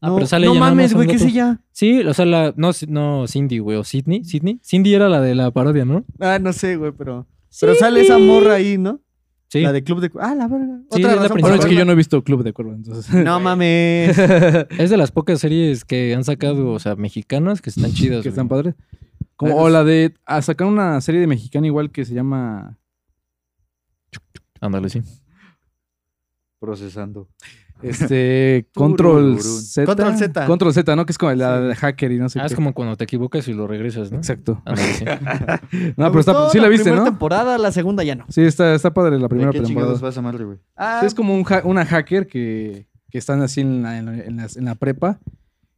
Speaker 1: Ah, pero sale
Speaker 2: no
Speaker 1: ya nada más
Speaker 2: mames,
Speaker 1: un
Speaker 2: güey, ¿qué es
Speaker 1: dato.
Speaker 2: ella?
Speaker 1: Sí, o sea, la no no Cindy, güey, o Sidney, Sidney. Cindy era la de la parodia, ¿no?
Speaker 2: Ah, no sé, güey, pero... Pero sale esa morra ahí, ¿no?
Speaker 1: Sí.
Speaker 2: La de Club de... Ah, la verga.
Speaker 1: Sí,
Speaker 2: Otra
Speaker 1: es la
Speaker 2: razón
Speaker 1: principal.
Speaker 3: Bueno, es que
Speaker 2: verla.
Speaker 3: yo no he visto Club de Cuervos, entonces.
Speaker 2: No mames.
Speaker 1: Es de las pocas series que han sacado, o sea, mexicanas que están chidas, güey.
Speaker 3: que están padres. Como, o la de. A sacar una serie de mexicana igual que se llama.
Speaker 1: Ándale, sí.
Speaker 5: Procesando.
Speaker 3: Este, control
Speaker 5: Turururún.
Speaker 3: Z.
Speaker 2: Control Z.
Speaker 3: Control Z, ¿no? Que es como la de hacker y no sé
Speaker 1: Ah,
Speaker 3: qué.
Speaker 1: es como Ah. cuando te equivocas y lo regresas, ¿no?
Speaker 3: Exacto.
Speaker 1: Ándale, sí.
Speaker 3: No,
Speaker 2: Me
Speaker 3: pero está,
Speaker 2: gustó
Speaker 3: sí la viste,
Speaker 2: primera
Speaker 3: ¿no?
Speaker 2: temporada, la segunda ya no.
Speaker 3: Sí, está, está padre la
Speaker 5: ¿De
Speaker 3: primera
Speaker 5: qué chingados
Speaker 3: temporada.
Speaker 5: vas a madre, güey?
Speaker 2: Ah,
Speaker 3: Sí, es como un ha- una hacker que, que están así en la, en, la- en las- en la prepa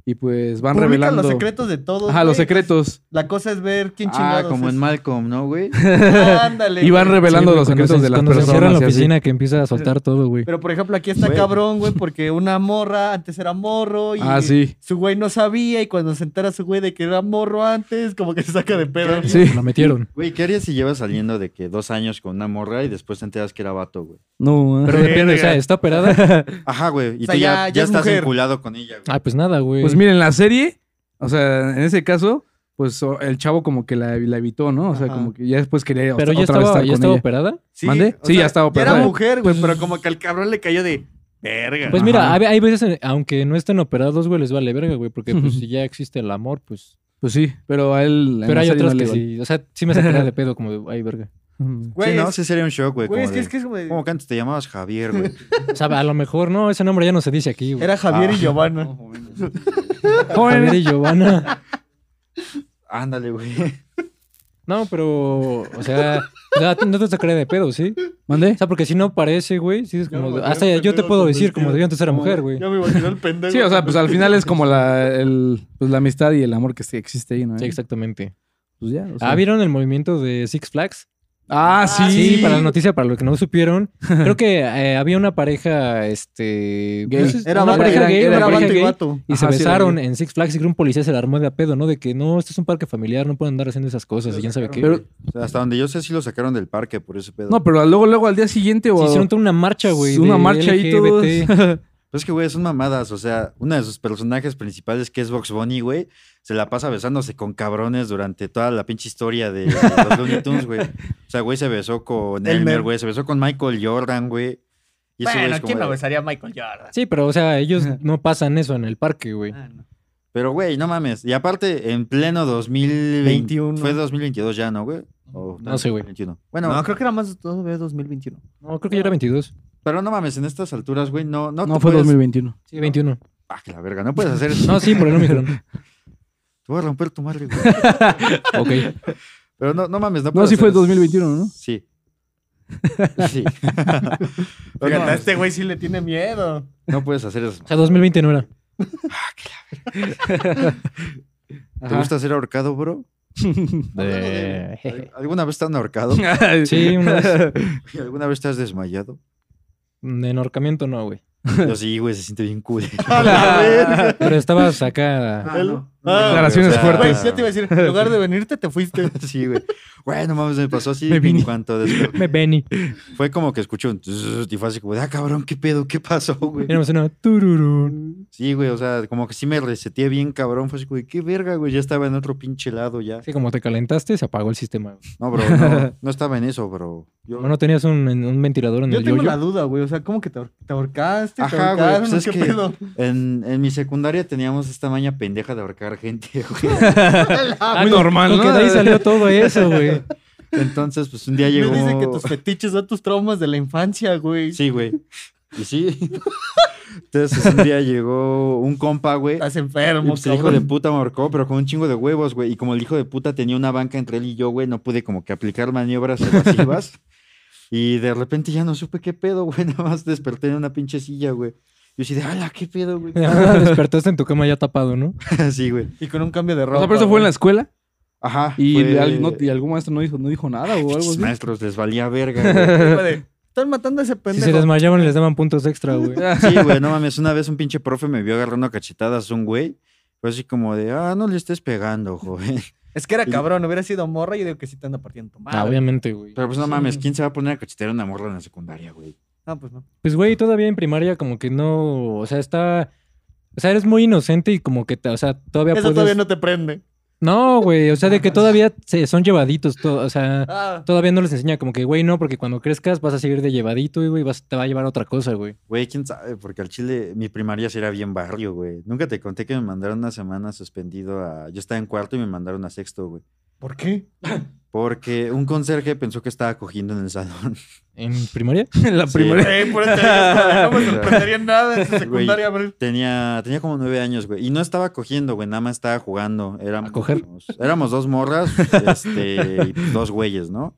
Speaker 3: y pues van
Speaker 2: publican
Speaker 3: revelando.
Speaker 2: los secretos de todos.
Speaker 3: Ajá, los
Speaker 2: güey.
Speaker 3: secretos.
Speaker 2: La cosa es ver quién
Speaker 5: Ah,
Speaker 2: chingados
Speaker 5: como
Speaker 2: es.
Speaker 5: en Malcolm, ¿no, güey?
Speaker 2: Ándale.
Speaker 3: Y van
Speaker 2: güey.
Speaker 3: revelando
Speaker 1: Sí, güey,
Speaker 3: los
Speaker 1: cuando
Speaker 3: secretos
Speaker 1: se-
Speaker 3: de las
Speaker 1: cuando se encierra en
Speaker 3: personas.
Speaker 1: la
Speaker 3: y así.
Speaker 1: oficina que empieza a soltar todo, güey.
Speaker 2: Pero por ejemplo, aquí está
Speaker 5: Güey.
Speaker 2: cabrón, güey, porque una morra antes era morro y
Speaker 3: Ah, sí.
Speaker 2: su güey no sabía y cuando se entera su güey de que era morro antes, como que se saca de pedo.
Speaker 3: Sí.
Speaker 1: Lo metieron.
Speaker 5: Güey, ¿qué harías si llevas saliendo de que dos años con una morra y después te enteras que era vato, güey?
Speaker 3: No,
Speaker 1: Pero
Speaker 3: ah.
Speaker 1: depende, o sea, ¿está operada?
Speaker 5: Ajá, güey. Y
Speaker 2: O sea,
Speaker 5: tú ya,
Speaker 2: ya-
Speaker 5: ya
Speaker 2: ya es
Speaker 5: estás
Speaker 2: mujer.
Speaker 5: vinculado con ella, güey.
Speaker 1: Ah, pues nada, güey.
Speaker 3: Pues miren, la serie, o sea, en ese caso, pues o- el chavo como que la, la evitó, ¿no? O sea,
Speaker 2: Ajá.
Speaker 3: como que ya después
Speaker 1: Pero
Speaker 3: quería otra
Speaker 1: ya
Speaker 3: vez estar
Speaker 1: estaba, ya
Speaker 3: con
Speaker 1: estaba
Speaker 3: ella.
Speaker 1: operada.
Speaker 3: ¿Mande?
Speaker 2: o
Speaker 3: Sí, ya estaba
Speaker 2: Era
Speaker 3: operada.
Speaker 2: mujer, güey, pero como que al cabrón le cayó de verga.
Speaker 1: Pues
Speaker 3: Ajá.
Speaker 1: mira, hay, hay veces, en- aunque no estén operados, güey, les vale verga, güey, porque pues si ya existe el amor, pues...
Speaker 3: Pues sí, pero a él... en
Speaker 1: Pero
Speaker 3: la
Speaker 1: hay
Speaker 3: serie
Speaker 1: otras
Speaker 3: no le
Speaker 1: que
Speaker 3: valió.
Speaker 1: sí, o sea, sí me sacaría de pedo como, de, ay, verga.
Speaker 3: Ujú.
Speaker 2: Güey,
Speaker 5: sí, no,
Speaker 2: es-
Speaker 5: sí sería un shock, güey.
Speaker 2: güey,
Speaker 5: Como,
Speaker 2: es que
Speaker 5: de-
Speaker 2: es que es como de-
Speaker 5: como que antes te llamabas Javier, güey.
Speaker 1: O sea, a lo mejor, no, ese nombre ya no se dice aquí, güey.
Speaker 2: Era Javier
Speaker 5: Ah.
Speaker 2: y Giovanna.
Speaker 1: Javier y Giovanna.
Speaker 5: Ándale, güey.
Speaker 1: No, pero, o sea, no te- no te sacaría de pedo, ¿sí?
Speaker 3: ¿Mandé?
Speaker 1: O sea, porque si no parece, güey, sí es
Speaker 2: Ya
Speaker 1: como...
Speaker 2: me
Speaker 1: de-
Speaker 2: imagino
Speaker 1: hasta
Speaker 2: el
Speaker 1: yo te
Speaker 2: pendejo
Speaker 1: puedo
Speaker 2: con
Speaker 1: decir como
Speaker 2: vestido.
Speaker 1: de yo antes era mujer, güey.
Speaker 2: Ya me imaginé el pendejo.
Speaker 3: Sí, o sea, pues al final es como la, el- pues, la amistad y el amor que sí existe ahí, ¿no?
Speaker 1: Sí, exactamente.
Speaker 3: Pues ya, o sea.
Speaker 1: Ah, ¿vieron el movimiento de Six Flags?
Speaker 3: Ah, sí.
Speaker 1: Sí, para la noticia, para los que no supieron, creo que eh, había una pareja, este...
Speaker 3: Gay.
Speaker 1: no sé,
Speaker 2: Era
Speaker 1: una
Speaker 2: vato,
Speaker 1: pareja
Speaker 2: era,
Speaker 1: gay,
Speaker 2: era
Speaker 1: una pareja
Speaker 2: vato y
Speaker 1: gay,
Speaker 2: vato.
Speaker 1: Y se
Speaker 3: Ajá, sí, era
Speaker 1: besaron
Speaker 3: gay.
Speaker 1: en Six Flags y que un policía se la armó de a pedo, ¿no? De que no, esto es un parque familiar, no pueden andar haciendo esas cosas y quién sabe qué.
Speaker 3: Pero,
Speaker 5: O sea, hasta donde yo sé, sí lo sacaron del parque por ese pedo.
Speaker 3: no, pero luego, luego al día siguiente
Speaker 1: Sí,
Speaker 3: o...
Speaker 1: hicieron toda una marcha, güey.
Speaker 3: Una
Speaker 1: de
Speaker 3: marcha ahí
Speaker 1: LGBT.
Speaker 5: Pues es que, güey, son mamadas. O sea, uno de sus personajes principales, que es Box Bunny, güey, se la pasa besándose con cabrones durante toda la pinche historia de, de los Looney Tunes, güey. O sea, güey, se besó con
Speaker 2: Elmer.
Speaker 5: Elmer, güey, se besó con Michael Jordan, güey. Y ese güey es como de-
Speaker 2: besaría a Michael Jordan?
Speaker 1: Sí, pero, o sea, ellos no pasan eso en el parque, güey.
Speaker 2: Ah, no.
Speaker 5: Pero, güey, no mames. Y aparte, en pleno 2021.
Speaker 2: 21.
Speaker 5: Fue 2022 ya, ¿no, güey? O-
Speaker 1: No sé, güey.
Speaker 5: 2021.
Speaker 2: No,
Speaker 5: Bueno,
Speaker 2: creo que era más todavía 2021.
Speaker 1: No, creo que yo era 22.
Speaker 5: pero no mames, en estas alturas, güey, no, no,
Speaker 3: No,
Speaker 5: Ah, te
Speaker 3: fue
Speaker 5: puedes-
Speaker 3: 2021.
Speaker 1: Sí, 21.
Speaker 5: Ah, que la verga, no puedes hacer eso.
Speaker 1: No, sí, por el Omicron.
Speaker 5: Te voy a romper tu madre, güey.
Speaker 1: ok.
Speaker 5: Pero no, no mames, no
Speaker 3: No,
Speaker 5: puedes
Speaker 3: sí
Speaker 5: hacer
Speaker 3: fue
Speaker 5: eso.
Speaker 3: 2021, ¿no?
Speaker 5: Sí. Sí. Pero no,
Speaker 2: Fíjate, a
Speaker 5: mames,
Speaker 2: este güey sí le tiene miedo.
Speaker 5: no puedes hacer eso.
Speaker 1: O sea, 2020 no era.
Speaker 5: ¿Te gusta ser ahorcado, bro?
Speaker 1: De-
Speaker 5: ¿Alguna vez te han ahorcado?
Speaker 1: Sí, una vez.
Speaker 5: ¿Alguna vez te has desmayado?
Speaker 1: De enhorcamiento no, güey.
Speaker 5: Yo sí, güey, se siente bien cool.
Speaker 1: Pero estabas acá.
Speaker 2: Él-
Speaker 5: no.
Speaker 2: Ah,
Speaker 3: Declaraciones
Speaker 5: güey, o sea,
Speaker 2: Güey,
Speaker 3: fuertes.
Speaker 2: yo te iba a decir, en lugar de venirte, te fuiste.
Speaker 5: Sí, güey. Güey, no mames, me pasó así
Speaker 1: Me vine.
Speaker 5: en cuanto desperté.
Speaker 1: Me Benny.
Speaker 5: Fue como que escuché un tss y fue así como de, ah, cabrón, ¿qué pedo? ¿Qué pasó, güey?
Speaker 1: Éramos una tururún.
Speaker 5: Sí, güey, o sea, como que sí me reseteé bien, cabrón. Fue así, güey, qué verga, güey. Ya estaba en otro pinche lado ya.
Speaker 1: Sí, como te calentaste, se apagó el sistema. güey.
Speaker 5: No, bro, no, no estaba en eso, bro. Yo,
Speaker 1: ¿No no tenías un, un ventilador en
Speaker 2: Yo
Speaker 1: el
Speaker 2: tengo
Speaker 1: yoyo?
Speaker 2: la duda, güey. O sea, ¿cómo que te, ahor- te ahorcaste? ¿Te
Speaker 5: Ajá, güey,
Speaker 2: ahorcaron?
Speaker 5: pues es
Speaker 2: ¿Qué
Speaker 5: que
Speaker 2: pedo?
Speaker 5: en, en mi secundaria teníamos esta maña pendeja de ahorcar gente, güey.
Speaker 1: Ah,
Speaker 3: Muy
Speaker 1: con-
Speaker 3: normal,
Speaker 1: con
Speaker 3: ¿no?
Speaker 1: que de ahí salió todo eso, güey.
Speaker 5: Entonces, pues un día
Speaker 2: Me
Speaker 5: llegó...
Speaker 2: dicen que tus fetiches son tus traumas de la infancia, güey.
Speaker 5: Sí, güey. Y sí. Entonces, pues, un día llegó un compa, güey.
Speaker 2: Estás
Speaker 5: y,
Speaker 2: enfermo,
Speaker 5: pues, el hijo de
Speaker 2: cabrón.
Speaker 5: puta me ahorcó, pero con un chingo de huevos, güey. Y como el hijo de puta tenía una banca entre él y yo, güey, no pude como que aplicar maniobras evasivas. y de repente ya no supe qué pedo, güey. Nada más desperté en una pinche silla, güey. Yo sí de, ala, qué pedo, güey.
Speaker 1: Despertaste en tu cama ya tapado, ¿no?
Speaker 5: sí, güey.
Speaker 2: Y con un cambio de
Speaker 3: O
Speaker 2: ropa.
Speaker 3: sea, pero eso fue en la escuela
Speaker 5: Ajá.
Speaker 3: y,
Speaker 5: fue-
Speaker 3: al- no- y algún maestro no dijo, no dijo nada o algo
Speaker 5: Pinches
Speaker 3: así.
Speaker 5: maestros les valía verga, güey.
Speaker 2: la... Están matando a ese
Speaker 1: Si se
Speaker 2: pendejo.
Speaker 1: desmayaban, les daban puntos extra, güey. Ah,
Speaker 5: Sí, güey, no mames. Una vez un pinche profe me vio agarrando a cachetadas a un güey. Fue así como de, ah, no le estés pegando, joven.
Speaker 2: es que era cabrón. Hubiera sido morra. Yo digo que sí te anda partiendo tu madre.
Speaker 1: Ah, obviamente, güey.
Speaker 5: Pero pues no
Speaker 2: Sí.
Speaker 5: mames, ¿quién se va a poner a cachetear a una morra en la secundaria, güey?
Speaker 2: Ah, pues no.
Speaker 1: Pues, güey, todavía en primaria como que no... O sea, está... O sea, eres muy inocente y como que... te- O sea, todavía
Speaker 2: Eso
Speaker 1: puedes...
Speaker 2: todavía no te prende.
Speaker 1: No, güey. O sea, de que todavía se, son llevaditos. to- o sea,
Speaker 2: Ah,
Speaker 1: todavía no les enseña como que, güey, no, porque cuando crezcas vas a seguir de llevadito y, güey, vas- te va a llevar a otra cosa, güey.
Speaker 5: Güey, quién sabe, porque al chile mi primaria sí era bien barrio, güey. Nunca te conté que me mandaron una semana suspendido a. Yo estaba en cuarto y me mandaron a sexto, güey.
Speaker 2: ¿Por qué?
Speaker 5: Porque un conserje pensó que estaba cogiendo en el salón.
Speaker 1: ¿En primaria?
Speaker 3: la
Speaker 5: Sí.
Speaker 3: primera.
Speaker 2: Eh, por este no me sorprendería nada en su secundaria abrir.
Speaker 5: Tenía, tenía como nueve años, güey. Y no estaba cogiendo, güey. Nada más estaba jugando. Éramos,
Speaker 1: ¿A coger?
Speaker 5: Éramos dos morras este, y dos güeyes, ¿no?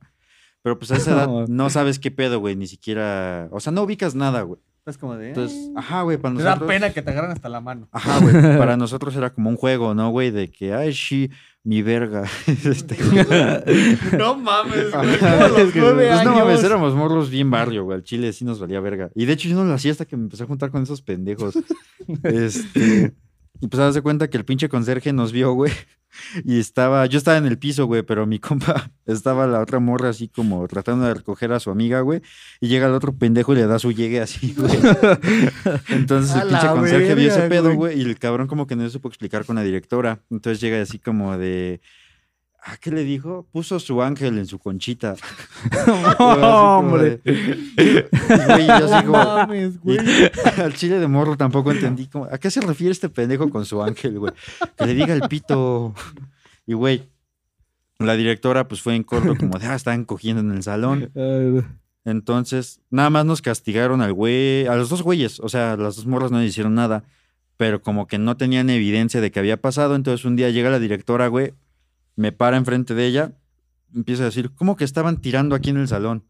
Speaker 5: Pero pues a esa edad
Speaker 3: No.
Speaker 5: no sabes qué pedo, güey. Ni siquiera... O sea, no ubicas nada, güey.
Speaker 2: Es como de. eh,
Speaker 5: Entonces, ajá, güey, para
Speaker 2: Te da
Speaker 5: nosotros...
Speaker 2: pena que te agarran hasta la mano.
Speaker 5: Ajá, güey. Para nosotros era como un juego, ¿no, güey? De que, ay, sí, mi verga. Este,
Speaker 2: No mames, güey.
Speaker 5: Ajá,
Speaker 2: como a los
Speaker 5: es que-
Speaker 2: nueve
Speaker 5: pues, No
Speaker 2: años.
Speaker 5: mames, éramos morros bien barrio, güey. Al chile sí nos valía verga. Y de hecho yo no lo hacía hasta que me empecé a juntar con esos pendejos. este. Y pues haz de cuenta que el pinche conserje nos vio, güey. Y estaba, yo estaba en el piso, güey, pero mi compa estaba la otra morra así como tratando de recoger a su amiga, güey. Y llega el otro pendejo y le da su llegue así, güey. Entonces
Speaker 2: A
Speaker 5: el pinche
Speaker 2: la
Speaker 5: conserje vio ese
Speaker 2: verga,
Speaker 5: pedo,
Speaker 2: güey.
Speaker 5: güey. Y el cabrón como que no se supo explicar con la directora. Entonces llega así como de... ¿A qué le dijo? Puso su ángel en su conchita.
Speaker 3: Hombre.
Speaker 5: Güey, yo así
Speaker 2: No
Speaker 5: como-
Speaker 2: mames,
Speaker 5: y
Speaker 2: güey.
Speaker 5: al chile de morro tampoco entendí cómo- ¿A qué se refiere este pendejo con su ángel, güey? Que le diga el pito. Y, güey, la directora pues fue en corto como de, ah, estaban cogiendo en el salón.
Speaker 3: Ah,
Speaker 5: Entonces, nada más nos castigaron al güey, a los dos güeyes, o sea, las dos morras no le hicieron nada, pero como que no tenían evidencia de que había pasado, entonces un día llega la directora, güey, me para enfrente de ella, empieza a decir, ¿cómo que estaban tirando aquí en el salón?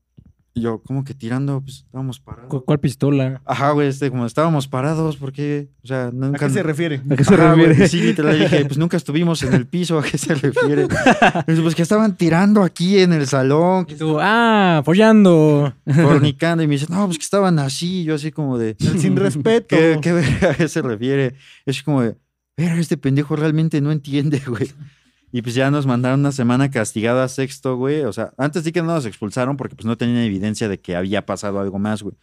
Speaker 5: Y yo, ¿cómo que tirando? Pues estábamos parados.
Speaker 1: ¿Cu- ¿Cuál pistola?
Speaker 5: Ajá, güey, este, como estábamos parados, porque, o sea,
Speaker 2: ¿A
Speaker 5: nunca...
Speaker 2: qué se refiere?
Speaker 3: ¿A qué se
Speaker 5: Ajá, güey,
Speaker 3: refiere?
Speaker 5: Sí, literal, dije, pues nunca estuvimos en el piso, ¿a qué se refiere? Pues, pues que estaban tirando aquí en el salón,
Speaker 1: Y tú, ah, follando.
Speaker 5: fornicando y me dice, no, pues que estaban así, y yo así como de,
Speaker 2: El sin respeto.
Speaker 5: ¿qué, qué verga a qué se refiere? Es como de, verga, este pendejo realmente no entiende, güey. Y pues ya nos mandaron una semana castigada a sexto, güey. O sea, antes sí que no nos expulsaron porque pues no tenían evidencia de que había pasado algo más, güey.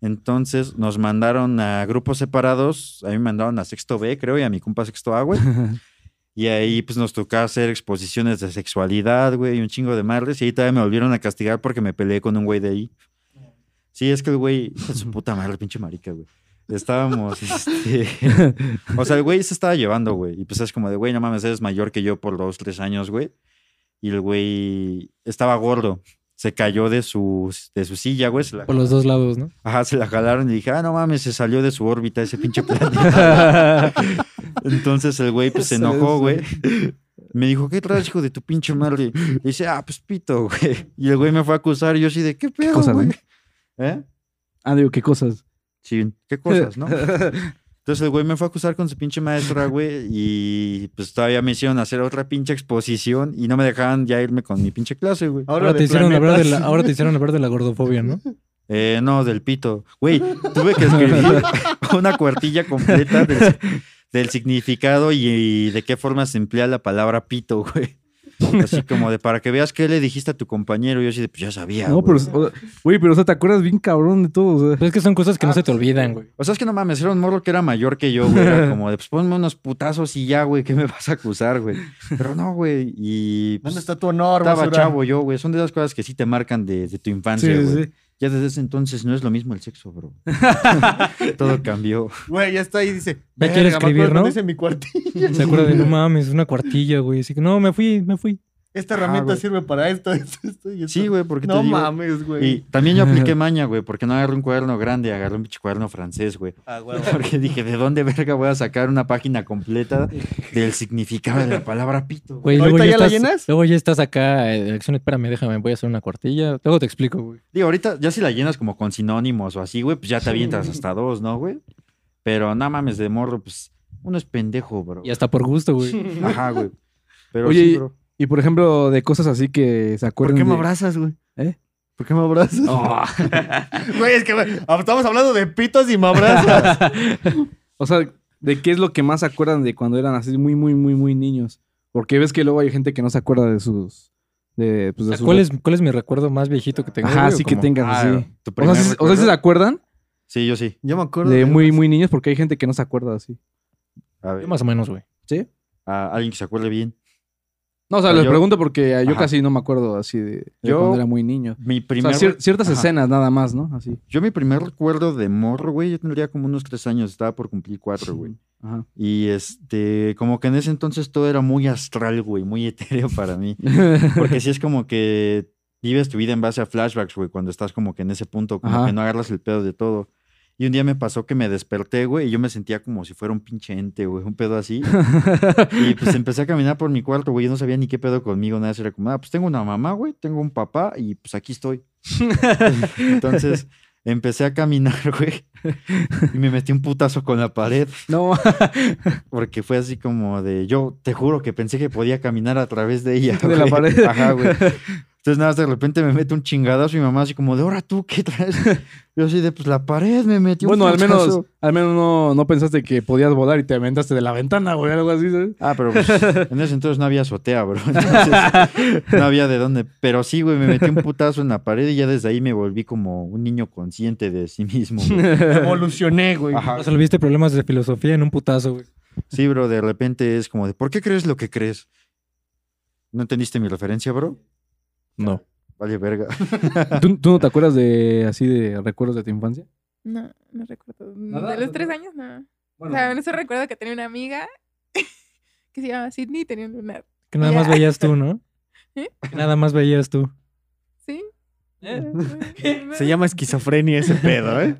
Speaker 5: Entonces nos mandaron a grupos separados. A mí me mandaron a sexto B, creo, y a mi compa sexto A, güey. Y ahí pues nos tocaba hacer exposiciones de sexualidad, güey, y un chingo de madres. Y ahí todavía me volvieron a castigar porque me peleé con un güey de ahí. Sí, es que el güey, hijo de su puta madre, pinche marica, güey. Estábamos, este... O sea, el güey se estaba llevando, güey. Y pues es como de, güey, no mames, eres mayor que yo por dos, tres años, güey. Y el güey estaba gordo. Se cayó de su, de su silla, güey. Se la,
Speaker 1: Por los dos lados, ¿no?
Speaker 5: ajá, se la jalaron y dije, ah, no mames, se salió de su órbita ese pinche planeta. Entonces el güey pues se enojó, güey. Me dijo, ¿qué traes, hijo de tu pinche madre? Y dice, ah, pues pito, güey. Y el güey me fue a acusar y yo así de, ¿qué pedo,
Speaker 3: cosas,
Speaker 5: güey? ¿Eh?
Speaker 3: Ah, digo, ¿qué cosas?
Speaker 5: Sí, qué cosas, ¿no? Entonces el güey me fue a acusar con su pinche maestra, güey, y pues todavía me hicieron hacer otra pinche exposición y no me dejaban ya irme con mi pinche clase, güey.
Speaker 1: Ahora,
Speaker 2: de
Speaker 1: te hicieron hablar de la,
Speaker 2: planetas. Ah,
Speaker 1: ahora te hicieron hablar de la gordofobia, ¿no?
Speaker 5: Eh, no, del pito. Güey, tuve que escribir una cuartilla completa del, del significado y, y de qué forma se emplea la palabra pito, güey. Así como de para que veas qué le dijiste a tu compañero. Yo así de, pues ya sabía.
Speaker 3: No,
Speaker 5: güey.
Speaker 3: pero, o- güey, pero o sea, te acuerdas bien cabrón de todo. o sea.
Speaker 1: Pero es que son cosas que no se te olvidan, güey.
Speaker 5: O sea, es que no mames, era un morro que era mayor que yo, güey. Era como de, pues ponme unos putazos y ya, güey, ¿qué me vas a acusar, güey? Pero no, güey. Y. pues,
Speaker 2: ¿Dónde está tu honor,
Speaker 5: Estaba
Speaker 2: basura?
Speaker 5: chavo yo, güey. Son de esas cosas que sí te marcan de, de tu infancia,
Speaker 3: Sí,
Speaker 5: güey.
Speaker 3: sí, sí.
Speaker 5: Ya desde ese entonces no es lo mismo el sexo, bro. Todo cambió.
Speaker 2: Güey, ya está ahí dice.
Speaker 1: Ya quiere
Speaker 2: "Verga, me
Speaker 1: escribir,
Speaker 2: acuerdo
Speaker 1: ¿no?
Speaker 2: cuando hice mi cuartilla.
Speaker 1: Se acuerda de, no mames, una cuartilla, güey. Así que, no, me fui, me fui.
Speaker 2: Esta
Speaker 5: Ajá,
Speaker 2: herramienta
Speaker 5: Ah, güey.
Speaker 2: sirve para esto, esto, esto y esto.
Speaker 5: Sí, güey, porque
Speaker 2: No
Speaker 5: te digo.
Speaker 2: mames,
Speaker 5: Y
Speaker 2: güey.
Speaker 5: también yo apliqué maña, güey, porque no agarré un cuaderno grande, agarré un pinche cuaderno francés, güey.
Speaker 2: Ah, güey.
Speaker 5: Porque dije, ¿de dónde verga voy a sacar una página completa del significado de la palabra pito?
Speaker 1: Güey,
Speaker 5: güey?
Speaker 1: luego
Speaker 2: ¿Ahorita ya la
Speaker 1: estás,
Speaker 2: llenas?
Speaker 1: Luego ya estás acá, eh, acción, espérame, déjame, voy a hacer una cuartilla. Luego te explico, güey.
Speaker 5: Digo, ahorita ya si la llenas como con sinónimos o así, güey, pues ya te avientas hasta dos, ¿no, güey? Pero nada mames de morro, pues uno es pendejo, bro.
Speaker 1: Y hasta por gusto, güey.
Speaker 5: Ajá, güey. Pero
Speaker 3: Oye,
Speaker 5: sí, bro.
Speaker 3: Y por ejemplo, de cosas así que se
Speaker 2: ¿Por
Speaker 3: acuerdan.
Speaker 2: qué me
Speaker 3: de-
Speaker 2: abrazas, güey?
Speaker 3: ¿Eh?
Speaker 2: ¿Por qué me abrazas?
Speaker 5: Ah,
Speaker 3: Oh,
Speaker 2: Güey, es que güey, estamos hablando de pitos y me abrazas.
Speaker 3: o sea, de qué es lo que más se acuerdan de cuando eran así muy, muy, muy, muy niños. Porque ves que luego hay gente que no se acuerda de sus. De, pues,
Speaker 1: O
Speaker 3: de
Speaker 1: sea,
Speaker 3: sus-
Speaker 1: ¿cuál, es, ¿Cuál es mi recuerdo más viejito que tengo?
Speaker 3: Ajá,
Speaker 1: güey, o
Speaker 3: así que
Speaker 1: cómo?
Speaker 3: tengas
Speaker 5: Ah,
Speaker 3: así.
Speaker 5: ¿tu
Speaker 3: O sea,
Speaker 5: primer
Speaker 3: sí- o sea, ¿sí se
Speaker 5: recuerdo?
Speaker 3: acuerdan
Speaker 5: Sí, yo sí.
Speaker 2: Yo me acuerdo.
Speaker 3: de muy, muy niños porque hay gente que no se acuerda así.
Speaker 5: A ver,
Speaker 1: Yo Más o menos, güey.
Speaker 3: ¿Sí?
Speaker 5: a alguien que se acuerde bien.
Speaker 3: No, o sea,
Speaker 5: O sea,
Speaker 3: les
Speaker 5: yo-
Speaker 3: pregunto porque ah, yo
Speaker 5: Ajá.
Speaker 3: casi no me acuerdo así de, de
Speaker 5: Yo-
Speaker 3: cuando era muy niño.
Speaker 5: Mi
Speaker 3: O
Speaker 5: primer...
Speaker 3: sea, cier- ciertas
Speaker 5: Ajá.
Speaker 3: escenas nada más, ¿no? Así.
Speaker 5: Yo mi primer recuerdo de morro, güey, yo tendría como unos tres años, estaba por cumplir cuatro, güey.
Speaker 3: Ajá.
Speaker 5: Y este, como que en ese entonces todo era muy astral, güey, muy etéreo para mí. Porque sí es como que vives tu vida en base a flashbacks, güey, cuando estás como que en ese punto, como
Speaker 3: Ajá.
Speaker 5: que no agarras el pedo de todo. Y un día me pasó que me desperté, güey, y yo me sentía como si fuera un pinche ente, güey, un pedo así. Y pues empecé a caminar por mi cuarto, güey, yo no sabía ni qué pedo conmigo, nada, era como, ah, pues tengo una mamá, güey, tengo un papá y pues aquí estoy. Entonces empecé a caminar, güey, y me metí un putazo con la pared.
Speaker 3: no,
Speaker 5: Porque fue así como de, yo te juro que pensé que podía caminar a través de ella.
Speaker 3: De la
Speaker 5: güey.
Speaker 3: pared.
Speaker 5: Ajá, güey. Entonces nada, más de repente me mete un chingadazo y mi mamá así como de, ahora tú, ¿qué traes? Yo así de, pues la pared me metió
Speaker 3: bueno,
Speaker 5: un
Speaker 3: al menos,
Speaker 5: putazo.
Speaker 3: al menos no, no pensaste que podías volar y te aventaste de la ventana, güey, algo así, ¿sabes?
Speaker 5: Ah, pero pues, en ese entonces no había azotea, bro. Entonces, no había de dónde. Pero sí, güey, me metí un putazo en la pared y ya desde ahí me volví como un niño consciente de sí mismo. güey.
Speaker 2: Evolucioné, güey.
Speaker 5: Ajá.
Speaker 1: Resolviste problemas de filosofía en un putazo, güey.
Speaker 5: Sí, bro, de repente es como de, ¿por qué crees lo que crees? ¿No entendiste mi referencia, bro?
Speaker 1: No.
Speaker 5: Vale, verga.
Speaker 3: ¿Tú, tú no te acuerdas de así de recuerdos de tu infancia?
Speaker 4: No, no recuerdo. Mm,
Speaker 3: ¿Nada?
Speaker 4: De los tres
Speaker 3: ¿No?
Speaker 4: años, no. O sea, en eso recuerdo que tenía una amiga que se llamaba Sidney y tenía un lunar.
Speaker 1: Que nada
Speaker 4: Ya.
Speaker 1: más veías tú, ¿no?
Speaker 4: ¿Eh?
Speaker 1: Que nada más veías tú.
Speaker 4: ¿Sí?
Speaker 3: Eh.
Speaker 2: Se llama esquizofrenia ese pedo, ¿eh?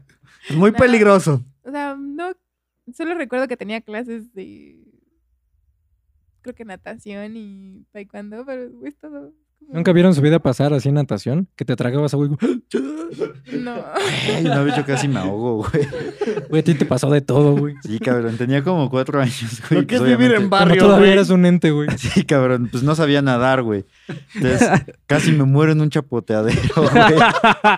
Speaker 2: Es muy
Speaker 4: No.
Speaker 2: peligroso.
Speaker 4: O sea, no. Solo recuerdo que tenía clases de. Creo que natación y taekwondo, pero es todo. como-
Speaker 1: ¿Nunca vieron su vida pasar así en natación? Que te tragabas a güey.
Speaker 4: No.
Speaker 5: Ay, no, de hecho casi me ahogo, güey.
Speaker 1: Güey, a ti te pasó de todo, güey.
Speaker 5: Sí, cabrón, tenía como cuatro años, güey.
Speaker 2: Lo que
Speaker 5: pues,
Speaker 2: es vivir
Speaker 5: obviamente-
Speaker 1: Como
Speaker 2: en barrio,
Speaker 1: todavía
Speaker 2: güey.
Speaker 1: eres un ente, güey.
Speaker 5: Sí, cabrón, pues no sabía nadar, güey. Entonces, casi me muero en un chapoteadero, güey.